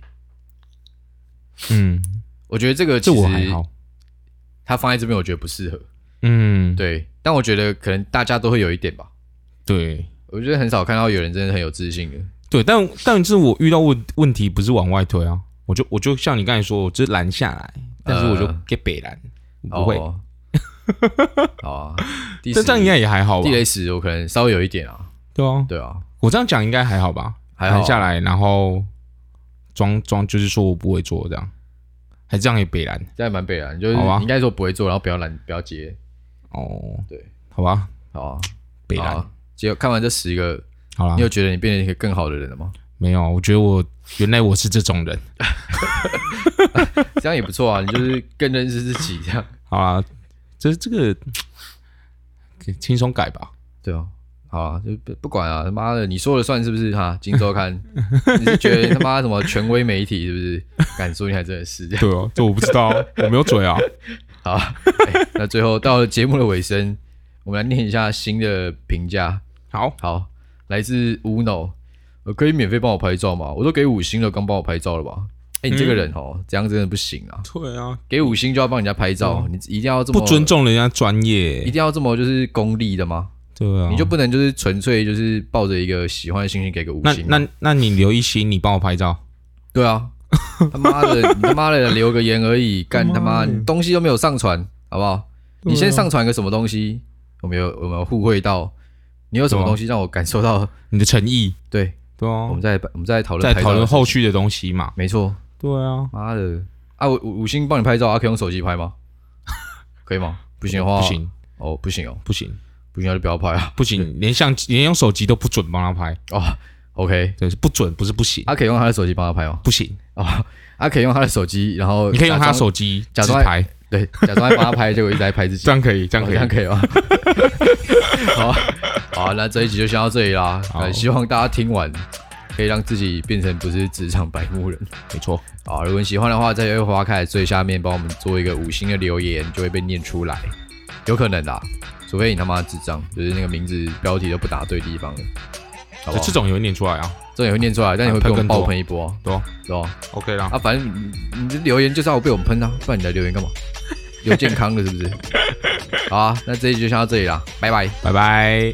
Speaker 2: 嗯，
Speaker 1: 我觉得这个
Speaker 2: 这
Speaker 1: 其
Speaker 2: 我还
Speaker 1: 实
Speaker 2: 好。
Speaker 1: 他放在这边，我觉得不适合。
Speaker 2: 嗯，
Speaker 1: 对，但我觉得可能大家都会有一点吧。
Speaker 2: 对
Speaker 1: 我觉得很少看到有人真的很有自信的。
Speaker 2: 对，但但是我遇到问问题不是往外推啊，我就我就像你刚才说，我就是拦下来，但是我就
Speaker 1: 呃
Speaker 2: get 北蓝，我不会。
Speaker 1: 哦。好啊，第
Speaker 2: 这
Speaker 1: 十
Speaker 2: 这样应该也还好吧
Speaker 1: 地？雷时我可能稍微有一点啊。
Speaker 2: 对啊，
Speaker 1: 对啊，
Speaker 2: 我这样讲应该还好吧？
Speaker 1: 还好啊
Speaker 2: 拦下来，然后装装就是说我不会做这样，还这样也北蓝。
Speaker 1: 这样蛮北蓝，就是
Speaker 2: 好啊
Speaker 1: 你应该说不会做，然后不要懒，不要接。
Speaker 2: 哦，
Speaker 1: 对，
Speaker 2: 好吧，
Speaker 1: 好啊，
Speaker 2: 北啊
Speaker 1: 好
Speaker 2: 兰，
Speaker 1: 啊。结果看完这十个，
Speaker 2: 好啦
Speaker 1: 你，有觉得你变成一个更好的人了吗？
Speaker 2: 没有，我觉得我原来我是这种人。
Speaker 1: 这样也不错啊，你就是更认识自己这样。
Speaker 2: 好啦，这这个可以轻松改吧。
Speaker 1: 对啊，好啊，就不不管啊，他妈的，你说了算是不是哈？《金周刊》， 你是觉得他妈什么权威媒体是不 是？敢说你还真的是这样。
Speaker 2: 对哦，这我不知道，我没有嘴啊。
Speaker 1: 好啊、哎那最后到了节目的尾声，我们来念一下新的评价。
Speaker 2: 好，
Speaker 1: 好，来自 Uno，呃可以免费帮我拍照吗？我都给五星了，刚帮我拍照了吧？哎、你这个人哦，这样真的不行啊！
Speaker 2: 对啊，
Speaker 1: 给五星就要帮人家拍照，你一定要这么
Speaker 2: 不尊，重人家专
Speaker 1: 一
Speaker 2: 业。
Speaker 1: 定要这么就是功利的吗？
Speaker 2: 对啊，
Speaker 1: 你就不能就是纯粹就是抱着一个喜欢的心情给个五
Speaker 2: 那
Speaker 1: 星吗？啊
Speaker 2: 那那你留一星，你帮我拍照。
Speaker 1: 对 啊，他妈的，你他妈的留个言而已，干他妈，你东西都没有上传，好不好？
Speaker 2: 啊
Speaker 1: 你先上传个什么东西？我们有我们有互惠到，你有什么
Speaker 2: 对啊
Speaker 1: 东西让我感受到？
Speaker 2: 你的诚意。
Speaker 1: 对，
Speaker 2: 对啊
Speaker 1: 我，们再我们再讨论
Speaker 2: 再
Speaker 1: 哦拍照
Speaker 2: 讨
Speaker 1: 的
Speaker 2: 论
Speaker 1: 事情
Speaker 2: 后续的东西嘛。
Speaker 1: 没错，
Speaker 2: 对啊，
Speaker 1: 妈的啊！我五五星帮你拍照啊，可以用手机拍吗？ 可以吗？不行的话，
Speaker 2: 不行
Speaker 1: 哦，不行哦，
Speaker 2: 不行
Speaker 1: 不行那就不要拍啊。
Speaker 2: 不行，连相机连用手机都不准帮他拍。
Speaker 1: 哦，OK，
Speaker 2: 对，是不准，不是不行，
Speaker 1: 他、可以用他的手机帮他拍吗？
Speaker 2: 不行。
Speaker 1: 哦，他、可以用他的手机，然后
Speaker 2: 你可以用他
Speaker 1: 假装
Speaker 2: 的手机
Speaker 1: 假
Speaker 2: 自
Speaker 1: 装
Speaker 2: 拍，
Speaker 1: 对，假装在帮他拍，结果一直在拍自己
Speaker 2: 这。样可以，这
Speaker 1: 哦
Speaker 2: 样可以
Speaker 1: 这。样可以吗？ 好啊，好啊，那这一集就先到这里啦。
Speaker 2: 好
Speaker 1: 呃，希望大家听完可以让自己变成不是职场白目人。
Speaker 2: 没错，
Speaker 1: 好，如果你喜欢的话，在右滑开最下面帮我们做一个五星的留言，就会被念出来，有可能啦，除非你他妈智障，就是那个名字标题都不打对地方了，好不好？
Speaker 2: 这
Speaker 1: 这
Speaker 2: 种有念出来啊，
Speaker 1: 种也会念出来，但你会被我们
Speaker 2: 喷更多
Speaker 1: 爆喷一波、啊，
Speaker 2: 对啊
Speaker 1: 对吧？
Speaker 2: ，OK 啦，
Speaker 1: 啊，反正你你这留言就是要被我们喷啊，不然你来留言干嘛？ 有健康的是不是？好啊，那这一集就先到这里啦，拜拜。
Speaker 2: 拜拜。